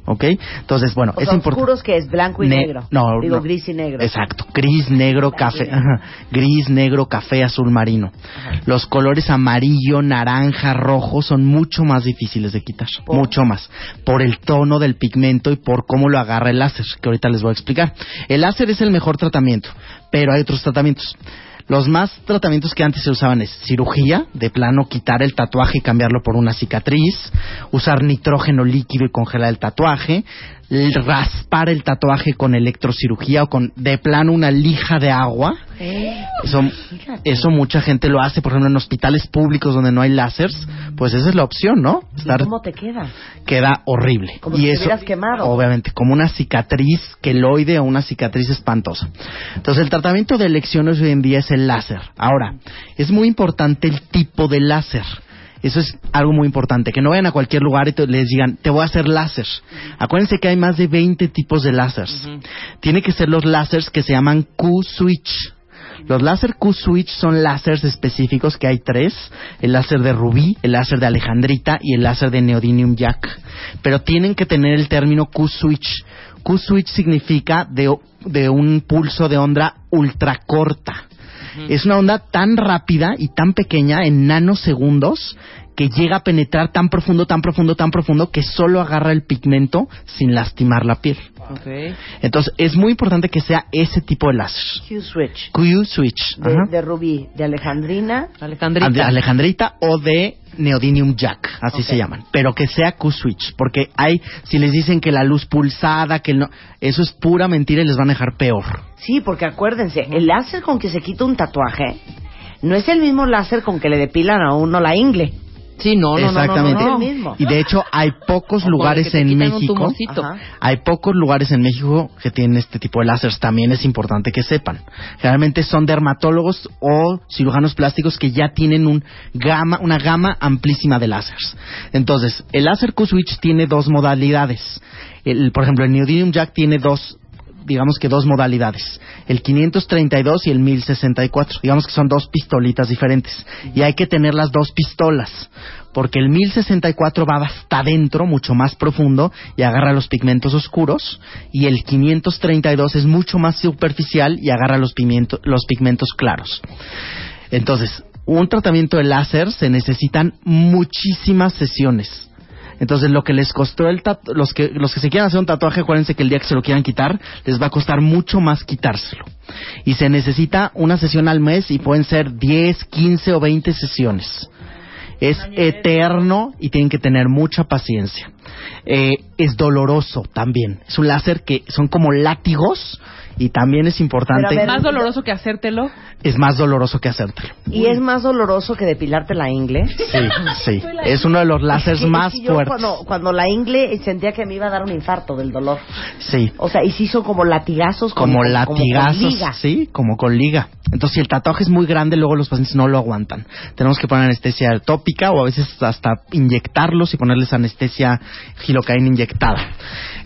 F: ¿ok? Entonces, bueno,
C: O
F: es
C: sea,
F: importante.
C: oscuros que es blanco y
F: Ne-
C: negro.
F: No,
C: Digo,
F: no.
C: gris y negro.
F: Exacto, gris, negro,
C: Blanco y
F: café,
C: negro.
F: ajá, gris, negro, café, azul marino. Los colores amarillo, naranja, rojo son mucho más difíciles de quitar,
C: ¿Por?
F: mucho más, por el tono del pigmento y por cómo lo agarra el láser, que ahorita les voy a explicar. El láser es el mejor tratamiento, pero hay otros tratamientos. Los más tratamientos que antes se usaban es cirugía, de plano quitar el tatuaje y cambiarlo por una cicatriz, usar nitrógeno líquido y congelar el tatuaje, l- raspar el tatuaje con electrocirugía o con de plano una lija de agua. Eso, eso mucha gente lo hace, por ejemplo, en hospitales públicos donde no hay láseres, pues esa es la opción, ¿no? Estar-
C: ¿Y ¿Cómo te queda?
F: queda horrible.
C: Como si te hubieras quemado.
F: Obviamente, como una cicatriz queloide o una cicatriz espantosa. Entonces, el tratamiento de elecciones hoy en día es el láser. Ahora, es muy importante el tipo de láser. Eso es algo muy importante, que no vayan a cualquier lugar y te- les digan, te voy a hacer láser. Acuérdense que hay más de 20 tipos de láseres. Tiene que ser los láseres que se llaman Q-switch. Los láser Q-Switch son láseres específicos que hay tres, el láser de rubí, el láser de alejandrita y el láser de neodinium jack. Pero tienen que tener el término Q-Switch. Q-Switch significa de, o- de un pulso de onda ultracorta. Es una onda tan rápida y tan pequeña en nanosegundos que llega a penetrar tan profundo, tan profundo, tan profundo que solo agarra el pigmento sin lastimar la piel.
D: Ok.
F: Entonces es muy importante que sea ese tipo de láser.
C: Q-Switch.
F: Q-Switch.
C: De,
F: ajá.
C: de Rubí, de Alejandrina.
D: Alejandrita.
F: Ande- Alejandrita o de Neodinium Jack, así
C: Ok.
F: se llaman, pero que sea Q-Switch, porque hay, si les dicen que la luz pulsada, que no, eso es pura mentira y les van a dejar peor.
C: Sí, porque acuérdense, el láser con que se quita un tatuaje no es el mismo láser con que le depilan a uno la ingle.
D: Sí, no, no, no, no,
F: Exactamente.
D: no,
C: Es
D: no.
C: el mismo.
F: Y de hecho hay pocos
D: O con el que
F: lugares
D: te
F: en
D: quitan un
F: México,
D: tumorcito.
C: Ajá.
F: hay pocos lugares en México que tienen este tipo de láseres. También es importante que sepan. Generalmente son dermatólogos o cirujanos plásticos que ya tienen un gama, una gama amplísima de láseres. Entonces, el láser Q-Switch tiene dos modalidades. El, por ejemplo, el Neodymium Jack tiene dos digamos que dos modalidades, el 532 y el 1064, digamos que son dos pistolitas diferentes y hay que tener las dos pistolas porque el 1064 va hasta adentro, mucho más profundo y agarra los pigmentos oscuros y el 532 es mucho más superficial y agarra los, pimiento- los pigmentos claros. Entonces, un tratamiento de láser se necesitan muchísimas sesiones. Entonces, lo que les costó el tat- los que los que se quieran hacer un tatuaje, acuérdense que el día que se lo quieran quitar, les va a costar mucho más quitárselo. Y se necesita una sesión al mes y pueden ser 10, 15 o 20 sesiones. Es eterno y tienen que tener mucha paciencia. Eh, es doloroso también. Es un láser que son como látigos y también es importante.
C: ver,
E: Más doloroso que hacértelo.
F: es más doloroso que hacértelo.
C: Y es más doloroso que depilarte la ingle.
F: Sí, sí. Es uno de los láseres
C: Es que-
F: más
C: es que yo
F: fuertes.
C: Cuando, cuando la ingle sentía que me iba a dar un infarto del dolor.
F: Sí.
C: O sea, y sí son como latigazos. con-
F: Como
C: con-
F: latigazos,
C: Como con liga.
F: sí, como con liga. Entonces, si el tatuaje es muy grande, luego los pacientes no lo aguantan. Tenemos que poner anestesia tópica o a veces hasta inyectarlos y ponerles anestesia gilocaína inyectada.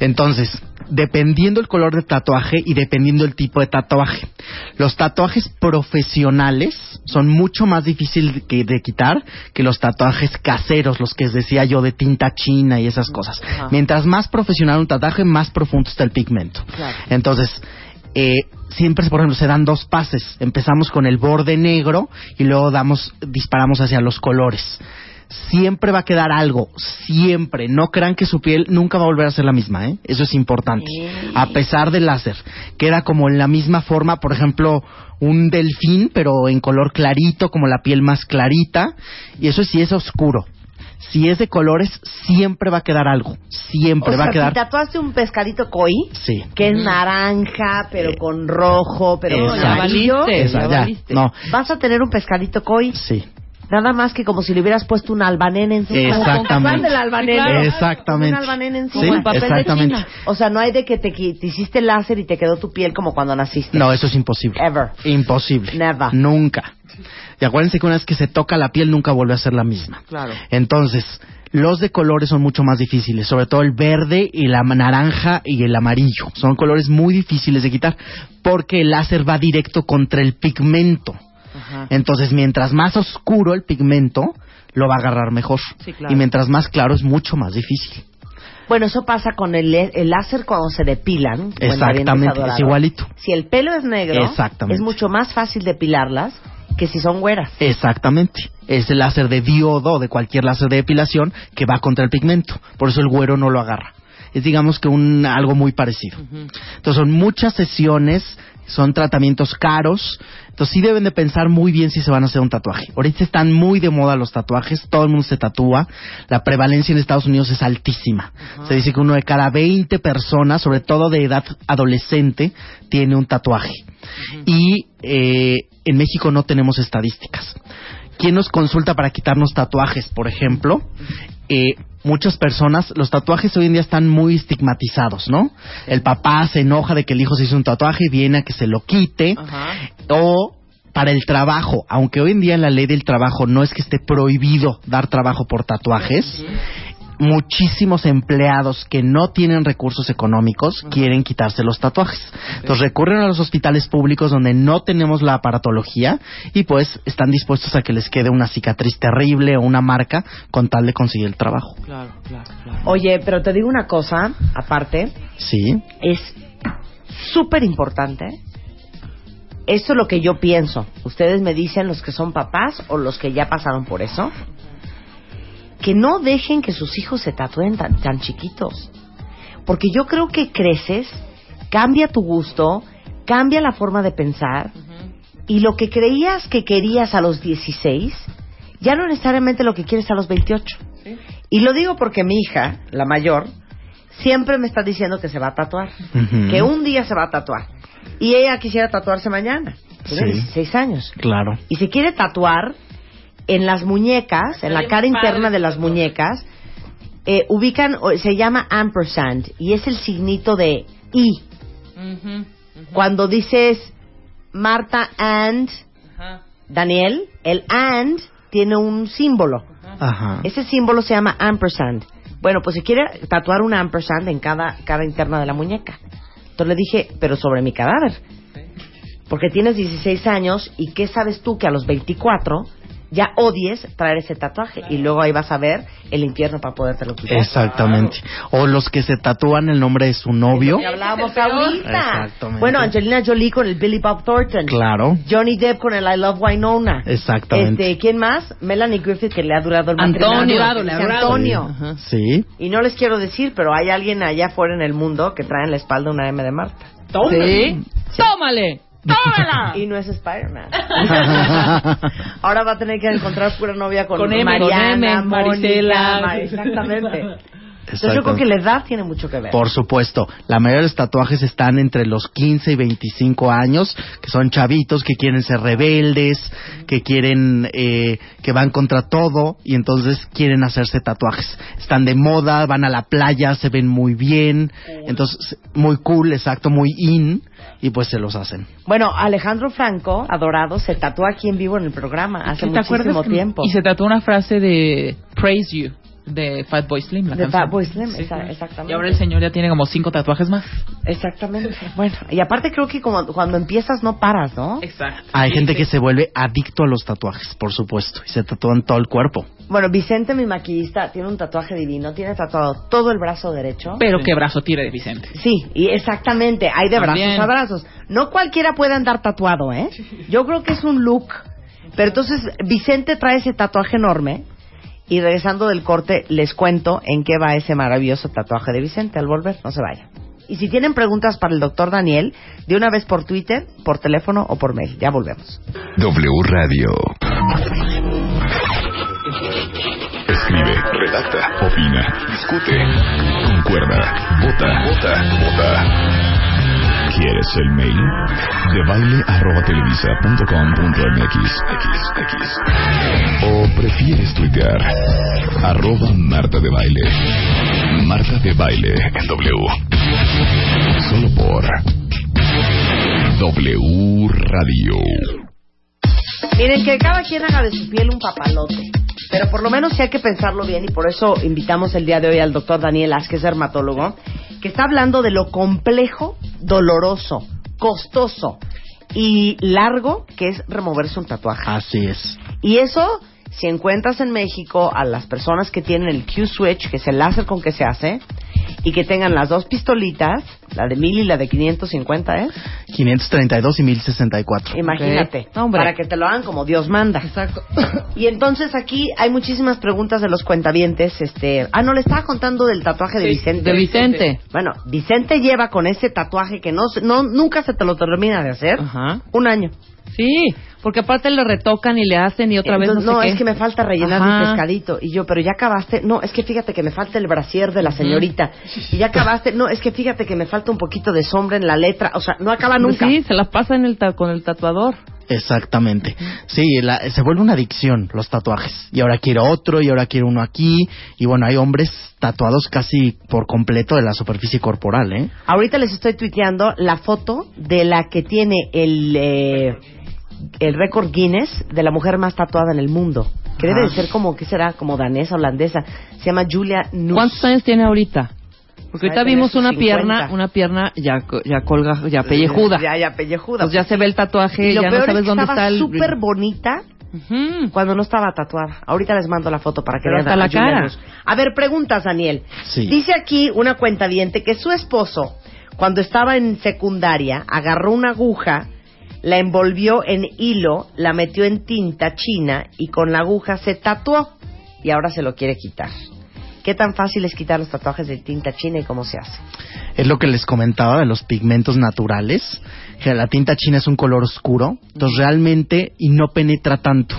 F: Entonces, dependiendo el color del tatuaje y dependiendo el tipo de tatuaje. Los tatuajes profesionales son mucho más difíciles de, que- de quitar que los tatuajes caseros, los que decía yo de tinta china y esas cosas. Mientras más profesional un tatuaje, más profundo está el pigmento.
C: Claro.
F: Entonces, eh, siempre, por ejemplo, se dan dos pases. Empezamos con el borde negro y luego damos, disparamos hacia los colores. Siempre va a quedar algo, siempre. No crean que su piel nunca va a volver a ser la misma, ¿eh? Eso es importante. A pesar del láser, queda como en la misma forma, por ejemplo, un delfín, pero en color clarito, como la piel más clarita. Y eso sí es oscuro. Si es de colores, siempre va a quedar algo. Siempre
C: O
F: va
C: sea,
F: a quedar.
C: si tatuaste un pescadito koi,
F: Sí.
C: que es naranja, pero
F: Mm. Eh,
C: con rojo, pero con
F: exacto.
C: amarillo,
F: Exacto, ya, no.
C: vas a tener un pescadito koi,
F: Sí.
C: nada más que como si le hubieras puesto un albanén encima.
F: Exactamente.
C: Como el albanén.
E: Claro.
F: Exactamente.
C: Un albanén encima.
F: Sí,
C: Como el papel de
F: exactamente.
C: China. O sea, no hay de que te, qui- te hiciste láser y te quedó tu piel como cuando naciste.
F: No, eso es imposible.
C: Ever.
F: Imposible.
C: Never.
F: Nunca. Y acuérdense que una vez que se toca la piel nunca vuelve a ser la misma.
C: Claro.
F: Entonces, los de colores son mucho más difíciles, sobre todo el verde y la naranja y el amarillo. Son colores muy difíciles de quitar porque el láser va directo contra el pigmento. Entonces, mientras más oscuro el pigmento, lo va a agarrar mejor.
E: Sí, claro.
F: Y mientras más claro es mucho más difícil.
C: Bueno, eso pasa con el, el láser cuando se depilan. cuando bien
F: Exactamente, es
C: desadorado.
F: igualito.
C: Si el pelo es negro,
F: Exactamente.
C: es mucho más fácil depilarlas que si son güeras.
F: Exactamente. Es el láser de diodo o de cualquier láser de depilación que va contra el pigmento. Por eso el güero no lo agarra. Es digamos que un algo muy parecido. Entonces son muchas sesiones, son tratamientos caros. Entonces sí deben de pensar muy bien si se van a hacer un tatuaje. Ahorita están muy de moda los tatuajes, todo el mundo se tatúa. La prevalencia en Estados Unidos es altísima. Se dice que uno de cada 20 personas, sobre todo de edad adolescente, tiene un tatuaje. Y eh, en México no tenemos estadísticas. ¿Quién nos consulta para quitarnos tatuajes, por ejemplo? Eh, muchas personas, los tatuajes hoy en día están muy estigmatizados, ¿no? El papá se enoja de que el hijo se hizo un tatuaje y viene a que se lo quite. O para el trabajo, aunque hoy en día en la ley del trabajo no es que esté prohibido dar trabajo por tatuajes, muchísimos empleados que no tienen recursos económicos quieren quitarse los tatuajes. Entonces recurren a los hospitales públicos donde no tenemos la aparatología y pues están dispuestos a que les quede una cicatriz terrible o una marca con tal de conseguir el trabajo.
C: Oye, pero te digo una cosa, aparte,
F: Sí,
C: es súper importante. Esto es lo que yo pienso. Ustedes me dicen los que son papás o los que ya pasaron por eso. Que no dejen que sus hijos se tatúen tan, tan chiquitos. Porque yo creo que creces, cambia tu gusto, cambia la forma de pensar. Y lo que creías que querías a los 16, ya no necesariamente lo que quieres a los 28. Y lo digo porque mi hija, la mayor, siempre me está diciendo que se va a tatuar,
F: Ujú.
C: que un día se va a tatuar. Y ella quisiera tatuarse mañana. Tiene
F: Sí.
C: 16 años.
F: Claro.
C: Y se quiere tatuar en las muñecas, en la cara interna de las muñecas. eh, ubican, o- se llama ampersand y es el signito de I. Cuando dices Marta and Daniel, el and tiene un símbolo.
F: Ajá.
C: Ese símbolo se llama ampersand. Bueno, pues se quiere tatuar un ampersand en cada cara interna de la muñeca. Entonces le dije, pero sobre mi cadáver. Porque tienes 16 años y qué sabes tú que a los 24 ya odies traer ese tatuaje y luego ahí vas a ver el infierno para podértelo quitar.
F: Exactamente. O los que se tatúan el nombre de su novio.
C: Que hablábamos ahorita.
F: Exactamente.
C: Bueno, Angelina Jolie con el Billy Bob Thornton.
F: Claro.
C: Johnny Depp con el I Love Winona.
F: Exactamente.
C: Este, ¿Quién más? Melanie Griffith, que le ha durado el
D: Antonio.
C: matrimonio.
D: Le ha durado, le ha durado.
C: Antonio.
F: Ajá. Sí.
C: Y no les quiero decir, pero hay alguien allá afuera en el mundo que trae en la espalda una M de Marta.
D: ¿Sí? ¡Tómale!
C: Y no es Spider-Man. Ahora va a tener que encontrar pura novia con,
E: Con M,
C: Mariana,
E: con M, Marisela.
C: Mónica, Ma- Exactamente. Entonces yo creo que la edad tiene mucho que ver.
F: Por supuesto, la mayoría de los tatuajes están entre los 15 y 25 años, que son chavitos que quieren ser rebeldes, que quieren, eh, que van contra todo y entonces quieren hacerse tatuajes. Están de moda, van a la playa, se ven muy bien, entonces muy cool, exacto, muy in y pues se los hacen.
C: Bueno, Alejandro Franco, adorado, se tatuó aquí en vivo en el programa hace
E: ¿Te acuerdas
C: muchísimo
E: que-
C: tiempo.
E: Y se trató una frase de Praise You de Fatboy Slim, la
C: De
E: canción.
C: Fatboy Slim,
E: Sí,
C: esa-
E: sí.
C: exactamente.
E: Y ahora el señor ya tiene como cinco tatuajes más.
C: Exactamente. Bueno, y aparte creo que como cuando empiezas no paras, ¿no?
E: Exacto.
F: Hay gente que se vuelve adicto a los tatuajes, por supuesto, y se tatúan todo el cuerpo.
C: Bueno, Vicente, mi maquillista, tiene un tatuaje divino, tiene tatuado todo el brazo derecho.
E: Pero qué brazo tiene de Vicente.
C: Sí, y exactamente, hay de brazos
E: También.
C: a brazos. No cualquiera puede andar tatuado, ¿eh? Yo creo que es un look. Pero entonces Vicente trae ese tatuaje enorme y regresando del corte les cuento en qué va ese maravilloso tatuaje de Vicente al volver, no se vaya. Y si tienen preguntas para el doctor Daniel, de una vez por Twitter, por teléfono o por mail. Ya volvemos.
B: W Radio. Escribe, redacta, opina, discute, concuerda, vota, vota, vota. ¿Quieres el mail? De baile arroba televisa punto com punto MX. ¿O prefieres tuitear? Arroba Marta de Baile. Marta de Baile en W. Solo por W Radio.
C: Miren, que cada quien haga de su piel un papalote. Pero por lo menos sí hay que pensarlo bien y por eso invitamos el día de hoy al doctor Daniel Asquez, dermatólogo, que está hablando de lo complejo, doloroso, costoso y largo que es removerse un tatuaje.
F: Así es.
C: Y eso, si encuentras en México a las personas que tienen el Q-Switch, que es el láser con que se hace, y que tengan las dos pistolitas, la de 1000 y la de 550, ¿eh?
F: 532 y 1064.
C: Imagínate.
D: Ok. Hombre.
C: Para que te lo hagan como Dios manda. Exacto. Y entonces aquí hay muchísimas preguntas de los cuentavientes. Este, ah, no, le estaba contando del tatuaje de Vicente.
D: De Vicente.
C: Bueno, Vicente lleva con ese tatuaje que no, se- no nunca se te lo termina de hacer
D: Ajá.
C: un año.
D: Sí, porque aparte le retocan y le hacen y otra vez
C: Entonces,
D: no, sé qué.
C: es que me falta rellenar
D: Ajá.
C: mi pescadito. Y yo, pero ya acabaste. No, es que fíjate que me falta el brasier de la señorita. Y ya acabaste. No, es que fíjate que me falta un poquito de sombra en la letra. O sea, no acaba
D: Pues
C: nunca.
D: Sí, se las pasa en el ta- con el tatuador.
F: Exactamente. Sí, la- se vuelve una adicción los tatuajes. Y ahora quiero otro, y ahora quiero uno aquí. Y bueno, hay hombres tatuados casi por completo de la superficie corporal, ¿eh?
C: Ahorita les estoy tuiteando la foto de la que tiene el, eh, el récord Guinness de la mujer más tatuada en el mundo. Que debe de ser como, ¿qué será? Como danesa, holandesa. Se llama Julia Nuss.
D: ¿Cuántos años tiene ahorita? Porque
C: Ha de
D: ahorita
C: tener
D: vimos
C: sus
D: una
C: 50.
D: pierna, una pierna ya co- ya colga, ya pellejuda.
C: Ya, ya, pellejuda.
D: Pues ya se ve el tatuaje,
C: Y lo
D: ya no
C: peor
D: sabes
C: es que
D: dónde
C: estaba
D: está el
C: súper bonita
D: Ujú.
C: cuando no estaba tatuada. Ahorita les mando la foto para que
D: Pero
C: vean
D: hasta
C: a
D: la
C: Julia
D: cara.
C: Nuss. A ver, preguntas, Daniel.
F: Sí.
C: Dice aquí una cuenta diente que su esposo, cuando estaba en secundaria, agarró una aguja, la envolvió en hilo, la metió en tinta china y con la aguja se tatuó y ahora se lo quiere quitar. ¿Qué tan fácil es quitar los tatuajes de tinta china y cómo se hace?
F: Es lo que les comentaba de los pigmentos naturales. Que la tinta china es un color oscuro, entonces realmente y no penetra tanto.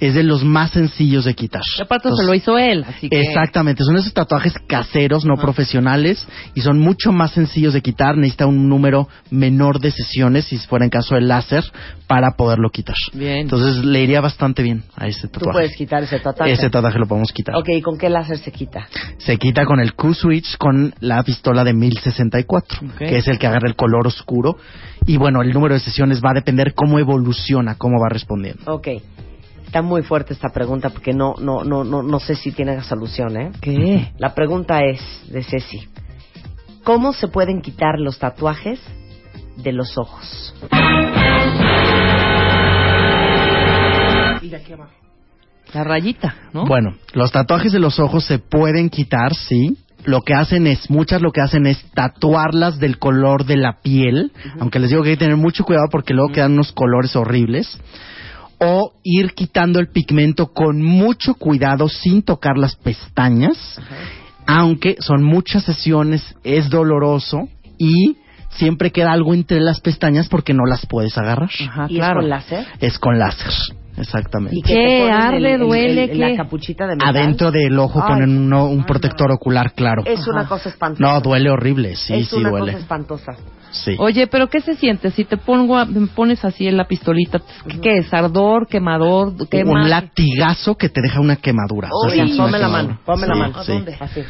F: es de los más sencillos de quitar.
D: Y aparte
F: Entonces,
D: se lo hizo él, así que...
F: Exactamente, son esos tatuajes caseros, no profesionales, y son mucho más sencillos de quitar. Necesita un número menor de sesiones, si fuera en caso del láser, para poderlo quitar.
D: Bien.
F: Entonces le iría bastante bien a ese
C: Tú
F: tatuaje.
C: puedes quitar ese tatuaje.
F: Ese tatuaje lo podemos quitar.
C: Ok, ¿y con qué láser se quita?
F: Se quita con el Q-Switch con la pistola de 1064,
D: Ok.
F: que es el que agarra el color oscuro. Y bueno, el número de sesiones va a depender cómo evoluciona, cómo va respondiendo.
C: Ok. Está muy fuerte esta pregunta porque no, no, no, no, no sé si tiene solución, ¿eh?
D: ¿Qué?
C: La pregunta es de Ceci. ¿Cómo se pueden quitar los tatuajes de los ojos?
D: La rayita, ¿no?
F: Bueno, los tatuajes de los ojos se pueden quitar, sí. Lo que hacen es, muchas lo que hacen es tatuarlas del color de la piel, aunque les digo que hay que tener mucho cuidado porque luego quedan unos colores horribles. O ir quitando el pigmento con mucho cuidado sin tocar las pestañas, aunque son muchas sesiones, es doloroso y siempre queda algo entre las pestañas porque no las puedes agarrar.
D: Ajá,
C: ¿Y es
D: claro.
C: con láser?
F: Es con láser, exactamente.
C: ¿Y
D: ¿Qué?
C: te ponen
D: Arde, duele, ¿qué?
C: La capuchita de metal?
F: Adentro del ojo
C: Ay,
F: ponen uno- un protector ocular, claro.
C: Es una
D: Ajá.
C: cosa espantosa.
F: No, duele horrible, sí,
C: es
F: sí
C: una
F: duele. Ah,
C: cosa espantosa.
F: Sí.
D: Oye, pero ¿qué se siente si te pongo a- me pones así en la pistolita? Pues, ¿Qué, qué es? ¿Ardor? ¿Quemador? ¿Qué
F: un
D: más?
F: latigazo que te deja una quemadura. o sea,
C: Oigan,
F: sí, es una
C: ponme la
F: quemadura.
C: mano, ponme la
F: Sí,
C: mano.
F: sí.
C: Así.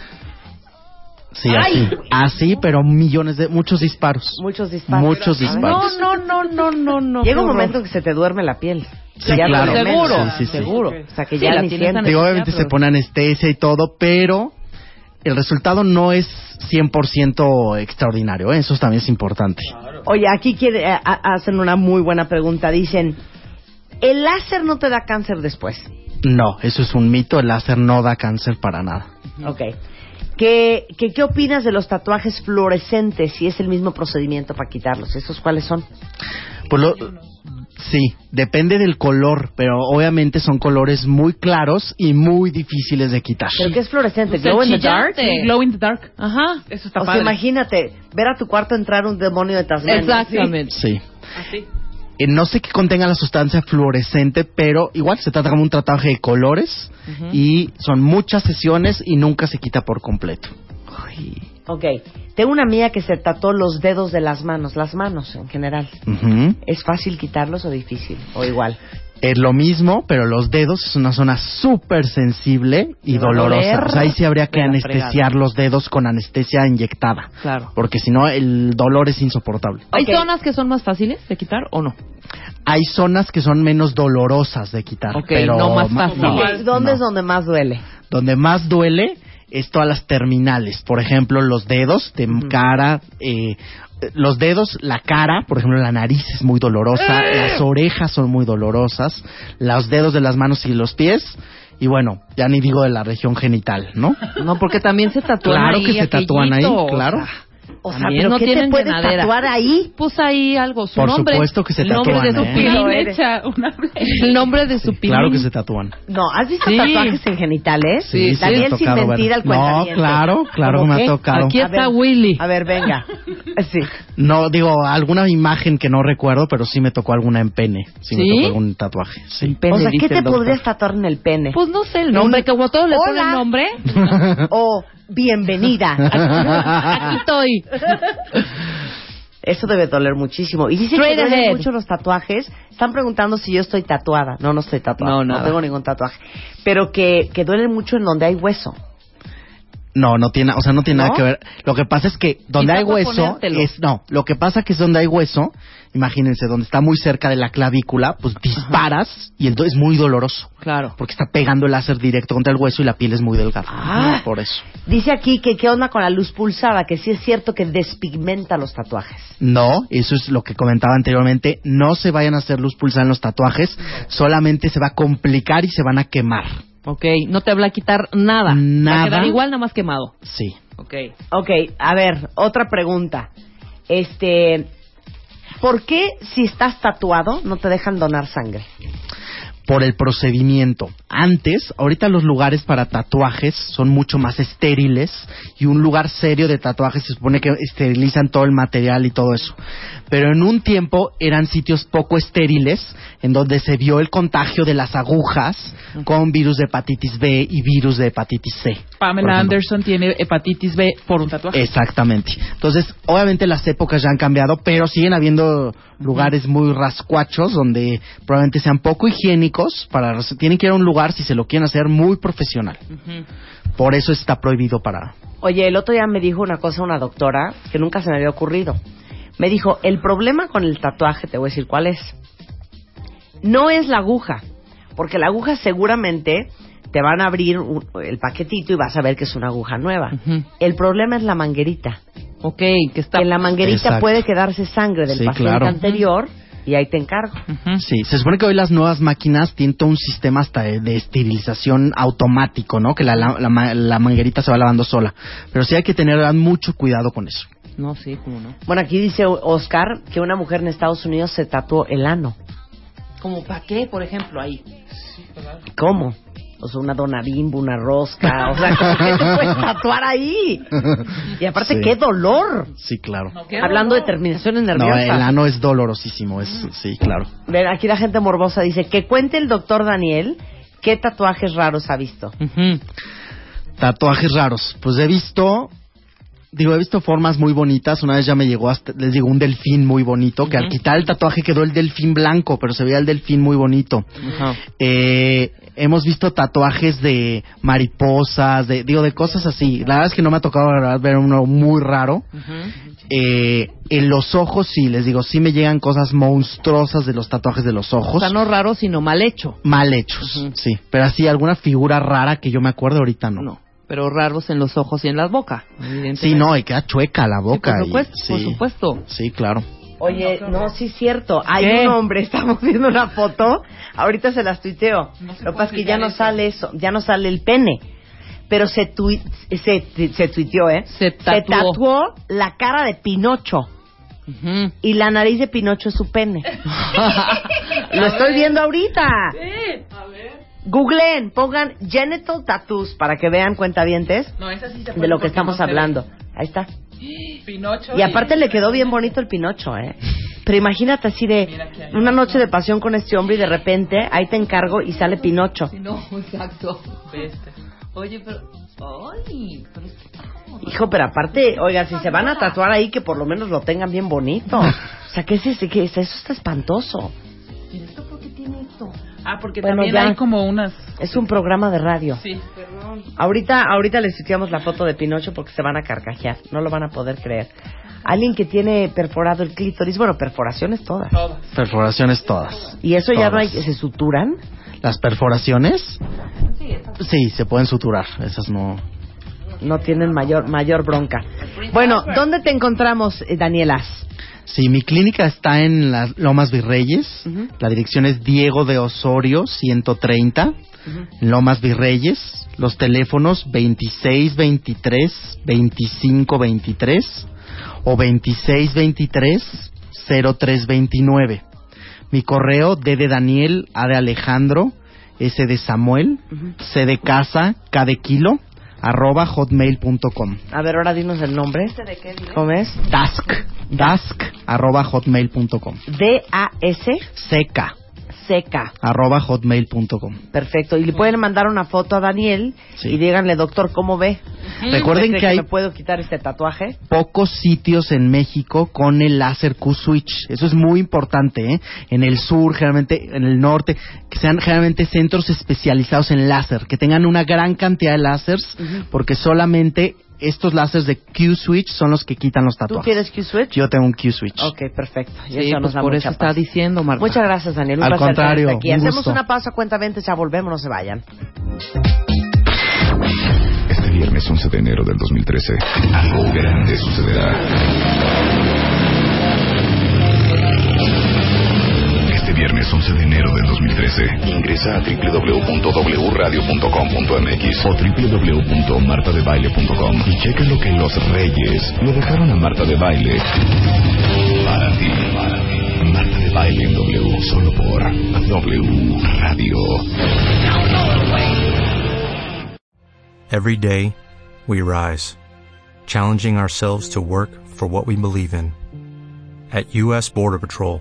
F: Sí, así. Así, pero millones de. Muchos disparos.
C: Muchos disparos.
F: Muchos
C: A ver.
F: disparos.
D: No, no, no, no, no, no.
C: Llega un
D: qué
C: momento
D: horror.
C: en que se te duerme la piel.
F: Sí,
C: Ya
F: claro.
C: duele menos.
D: Seguro,
F: Sí, sí, sí.
D: seguro.
C: O sea, que
D: Sí,
C: ya
D: la
C: ni
D: tienes
C: sientes.
F: Digo, obviamente
D: pero-
F: se pone anestesia y todo, pero el resultado no es 100% extraordinario. ¿eh? Eso también es importante.
C: Oye, aquí quiere- a- a- hacen una muy buena pregunta. Dicen, ¿el láser no te da cáncer después?
F: No, eso es un mito. El láser no da cáncer para nada.
C: Ok. ¿Qué, qué, ¿Qué opinas de los tatuajes fluorescentes si es el mismo procedimiento para quitarlos? ¿Esos cuáles son?
F: Pues lo- sí, depende del color, pero obviamente son colores muy claros y muy difíciles de quitar.
C: ¿Pero qué es fluorescente?
D: O sea,
C: ¿Glow in the dark?
D: chillante.
E: Sí, glow in the dark.
D: Pues Ajá.
E: Eso está
C: O sea,
E: padre.
C: imagínate, ver a tu cuarto entrar un demonio de Tasmania.
D: Exactamente.
F: Sí.
E: Así.
F: Eh, no sé qué contenga la sustancia fluorescente, pero igual se trata como un trataje de colores y son muchas sesiones y nunca se quita por completo.
C: Sí. Ok. Tengo una amiga que se tatuó los dedos de las manos, las manos en general.
F: Ujú.
C: ¿Es fácil quitarlos o difícil? O igual.
F: Es lo mismo, pero los dedos es una zona súper sensible y
C: Te va a doler.
F: dolorosa. O sea, ahí sí habría que
C: De la
F: anestesiar
C: fregada.
F: los dedos con anestesia inyectada,
D: Claro.
F: porque si no el dolor es insoportable.
D: ¿Hay
C: Ok.
D: zonas que son más fáciles de quitar o no?
F: hay zonas que son menos dolorosas de quitar,
D: Ok,
F: pero
D: no más fácil.
F: no,
C: Ok, ¿Dónde
F: no.
C: es donde más duele?
F: Donde más duele es todas las terminales, por ejemplo, los dedos de cara, eh, los dedos, la cara, por ejemplo, la nariz es muy dolorosa,
D: ¡Eh!
F: las orejas son muy dolorosas, los dedos de las manos y los pies. Y bueno, ya ni digo de la región genital, ¿no?
D: No, porque también se tatúan
F: Claro
D: ahí,
F: que se tatúan ahí,
D: aquellito. Ah,
F: claro.
C: O sea,
D: También
C: ¿pero
D: no
C: qué te
D: tienen
C: puedes
D: llenadera.
C: tatuar ahí?
D: Puso ahí algo, su
F: Por
D: nombre.
F: supuesto que se
D: el nombre
F: tatúan,
D: de su
F: ¿eh?
D: pilín.
C: Lo eres.
E: hecha una
D: El nombre de su pilín.
F: Claro que se tatúan.
C: No, ¿has visto
D: Sí.
C: tatuajes en genitales?
F: Sí, sí, me ha
C: Daniel, sin
F: tocado ver.
C: mentir al
F: No,
C: cuentamiento.
F: claro, claro
C: ¿Cómo
F: que me ha
C: qué?
F: tocado.
D: Aquí
C: A
D: está
C: ver,
D: Willy.
C: A ver, venga. Sí.
F: No, digo, alguna imagen que no recuerdo, pero sí me tocó alguna en pene. Sí,
D: ¿Sí?
F: me tocó algún tatuaje. Sí.
D: Pene,
C: o sea,
D: dice
C: ¿qué te
D: el doctor.
C: podrías tatuar en el pene?
D: Pues no sé, el nombre, que como todos le ponen
C: Hola.
D: nombre.
C: o bienvenida.
D: Aquí estoy.
C: Eso debe doler muchísimo. Y dicen
D: Straight
C: que duelen
D: ahead.
C: mucho los tatuajes. Están preguntando si yo estoy tatuada. No, no estoy tatuada.
D: No,
C: no
D: nada.
C: tengo ningún tatuaje. Pero que, que duelen mucho en donde hay hueso.
F: No, no tiene, o sea, no tiene
C: ¿No?
F: nada que ver. Lo que pasa es que donde
D: Quizás
F: hay
D: no
F: hueso
D: ponértelo.
F: es no, lo que pasa que es donde hay hueso, imagínense, donde está muy cerca de la clavícula, pues disparas y el do- es muy doloroso,
D: Claro.
F: porque está pegando el láser directo contra el hueso y la piel es muy delgada.
C: Ah.
F: Por eso.
C: Dice aquí que qué onda con la luz pulsada, que sí es cierto que despigmenta los tatuajes.
F: No, eso es lo que comentaba anteriormente. No se vayan a hacer luz pulsada en los tatuajes, solamente se va a complicar y se van a quemar.
D: Ok, no te va a quitar nada. Va a
F: Nada.
D: quedar igual, nada más quemado.
F: Sí.
D: Ok.
C: Ok, a ver, otra pregunta. Este, ¿por qué si estás tatuado no te dejan donar sangre?
F: por el procedimiento. Antes, ahorita los lugares para tatuajes son mucho más estériles y un lugar serio de tatuajes se supone que esterilizan todo el material y todo eso. Pero en un tiempo eran sitios poco estériles en donde se vio el contagio de las agujas con virus de hepatitis B y virus de hepatitis C. por
E: Pamela
F: ejemplo.
E: Anderson tiene hepatitis B por un tatuaje.
D: Eh.
F: Exactamente. Entonces, obviamente las épocas ya han cambiado, pero siguen habiendo lugares muy rascuachos donde probablemente sean poco higiénicos. Para tienen que ir a un lugar si se lo quieren hacer muy profesional. Por eso está prohibido para.
C: Oye, el otro día me dijo una cosa una doctora que nunca se me había ocurrido. Me dijo, el problema con el tatuaje, te voy a decir cuál es. No es la aguja, porque la aguja seguramente te van a abrir un- el paquetito y vas a ver que es una aguja nueva.
D: Ujú.
C: El problema es la manguerita.
D: Ok, que está...
C: En la manguerita
F: Exacto.
C: puede quedarse sangre del
F: Sí,
C: paciente
F: claro.
C: anterior y ahí te encargo.
D: Ujú.
F: Sí, se supone que hoy las nuevas máquinas tienen todo un sistema hasta de, de esterilización automático, ¿no? Que la, la- la ma- la manguerita se va lavando sola. Pero sí hay que tener ¿verdad? mucho cuidado con eso.
D: No, sí, cómo no.
C: Bueno, aquí dice Oscar que una mujer en Estados Unidos se tatuó el ano.
D: ¿Como para qué, por ejemplo, ahí?
C: ¿Cómo? O sea, una dona bimbo, una rosca, o sea, ¿cómo que te puedes tatuar ahí? Y aparte,
F: Sí.
C: qué dolor.
F: Sí, claro.
C: Hablando de terminaciones
F: No, el
C: nerviosas.
F: ano es dolorosísimo, es, sí, claro.
C: Ven, aquí la gente morbosa dice que cuente el doctor Daniel qué tatuajes raros ha visto.
F: Tatuajes raros. Pues he visto, digo, he visto formas muy bonitas. Una vez ya me llegó, hasta, les digo, un delfín muy bonito, que al quitar el tatuaje quedó el delfín blanco, pero se veía el delfín muy bonito. Eh, hemos visto tatuajes de mariposas, de, digo, de cosas así. La verdad es que no me ha tocado la verdad, ver uno muy raro. Eh, en los ojos, sí, les digo, sí me llegan cosas monstruosas de los tatuajes de los
D: O
F: ojos.
D: sea, no raro, sino mal hecho.
F: Mal hechos,
D: Ujú.
F: sí. Pero así, alguna figura rara que yo me acuerdo ahorita no.
D: No, pero raros en los ojos y en la boca. evidentemente.
F: Sí, no, y queda chueca la
D: Sí,
F: boca.
D: por
F: y-
D: supuesto, por
F: sí.
D: supuesto.
F: Sí, claro.
C: Oye, no, sí es cierto. Hay
D: ¿Qué?
C: un hombre, estamos viendo una foto. Ahorita se las tuiteo. Lo que pasa es que ya no sale eso, ya no sale el pene. Pero se, tui- se, se, tuiteó, ¿eh?
D: Se tatuó.
C: tatuó la cara de Pinocho.
D: Ujú.
C: Y la nariz de Pinocho es su pene. Lo estoy viendo ahorita. Googleen, pongan genital tattoos para que vean cuentavientes
E: No, esa sí se puede
C: de lo que
E: porque
C: estamos
E: no se ve.
C: hablando. Ahí está.
E: Pinocho
C: Y aparte le quedó bien bonito el Pinocho, ¿eh? Pero imagínate así
E: Mira que
C: de
E: hay
C: una noche de pasión con este hombre y de repente ahí te encargo y sale Pinocho.
D: Sí, no, exacto. Oye, pero... Ay, pero es que ah, está como-
C: Hijo, pero aparte, oiga, si se van a tatuar ahí que por lo menos lo tengan bien bonito. O sea, ¿qué es ese? ¿Qué es? Eso está espantoso.
D: ¿Pero esto por qué tiene esto?
E: Ah, porque
C: Bueno,
E: también
C: ya.
E: hay como unas...
C: Es un programa de radio.
E: Sí.
C: Ahorita, ahorita les tuiteamos la foto de Pinocho porque se van a carcajear. No lo van a poder creer. Alguien que tiene perforado el clítoris, bueno, perforaciones todas.
E: Todas.
F: Perforaciones todas.
C: Y eso ya no hay,
F: Todas.
C: se suturan.
F: ¿Las perforaciones? Sí, se pueden suturar. Esas no.
C: no tienen mayor mayor bronca. Bueno, ¿dónde te encontramos, eh, Danielas?
F: Sí, mi clínica está en las Lomas Virreyes.
C: Ujú.
F: La dirección es Diego de Osorio, 130. Lomas Virreyes. Los teléfonos 2623 2523 o 2623 0329. Mi correo D de Daniel, A de Alejandro, S de Samuel, C de casa, K de kilo, arroba hotmail.com.
C: A ver, ahora dinos el nombre. ¿Cómo es?
F: Dask, dask, arroba hotmail.com.
C: D-A-S-C-K.
F: Seca, arroba
C: Mm,
F: hotmail.com.
C: Perfecto. Y le pueden mandar una foto a Daniel
F: Sí. Mm.
C: y díganle, doctor, ¿cómo ve?
F: Recuerden
C: ¿Usted cree
F: que hay
C: me puedo quitar este tatuaje?
F: pocos sitios en México con el láser Q-Switch. Eso es muy importante, ¿eh? En el sur, generalmente, en el norte, que sean generalmente centros especializados en láser, que tengan una gran cantidad de lásers, porque solamente estos láseres de Q-Switch son los que quitan los
C: ¿Tú
F: tatuajes.
C: tienes Q-Switch?
F: Yo tengo un Q-Switch.
C: Ok, perfecto. Y
D: Sí,
C: eso nos
D: pues
C: da
D: por
C: mucha
D: eso está
C: paz.
D: diciendo, Marta.
C: Muchas gracias, Daniel. Un
F: Al
C: placer tenerte
F: contrario,
C: aquí.
F: un
C: Hacemos
F: gusto.
C: una pausa, cuentamente, ya volvemos, no se vayan.
B: Este viernes 11 de enero del 2013, algo grande sucederá. Este viernes 11 de enero del 2013, ingresa a www.wradio.com.mx o www.martadebaile.com y checa lo que los reyes le dejaron a Marta de Baile. Para ti, para ti. Marta de Baile en W, solo por W Radio.
G: Every day, we rise, challenging ourselves to work for what we believe in. At U.S. Border Patrol,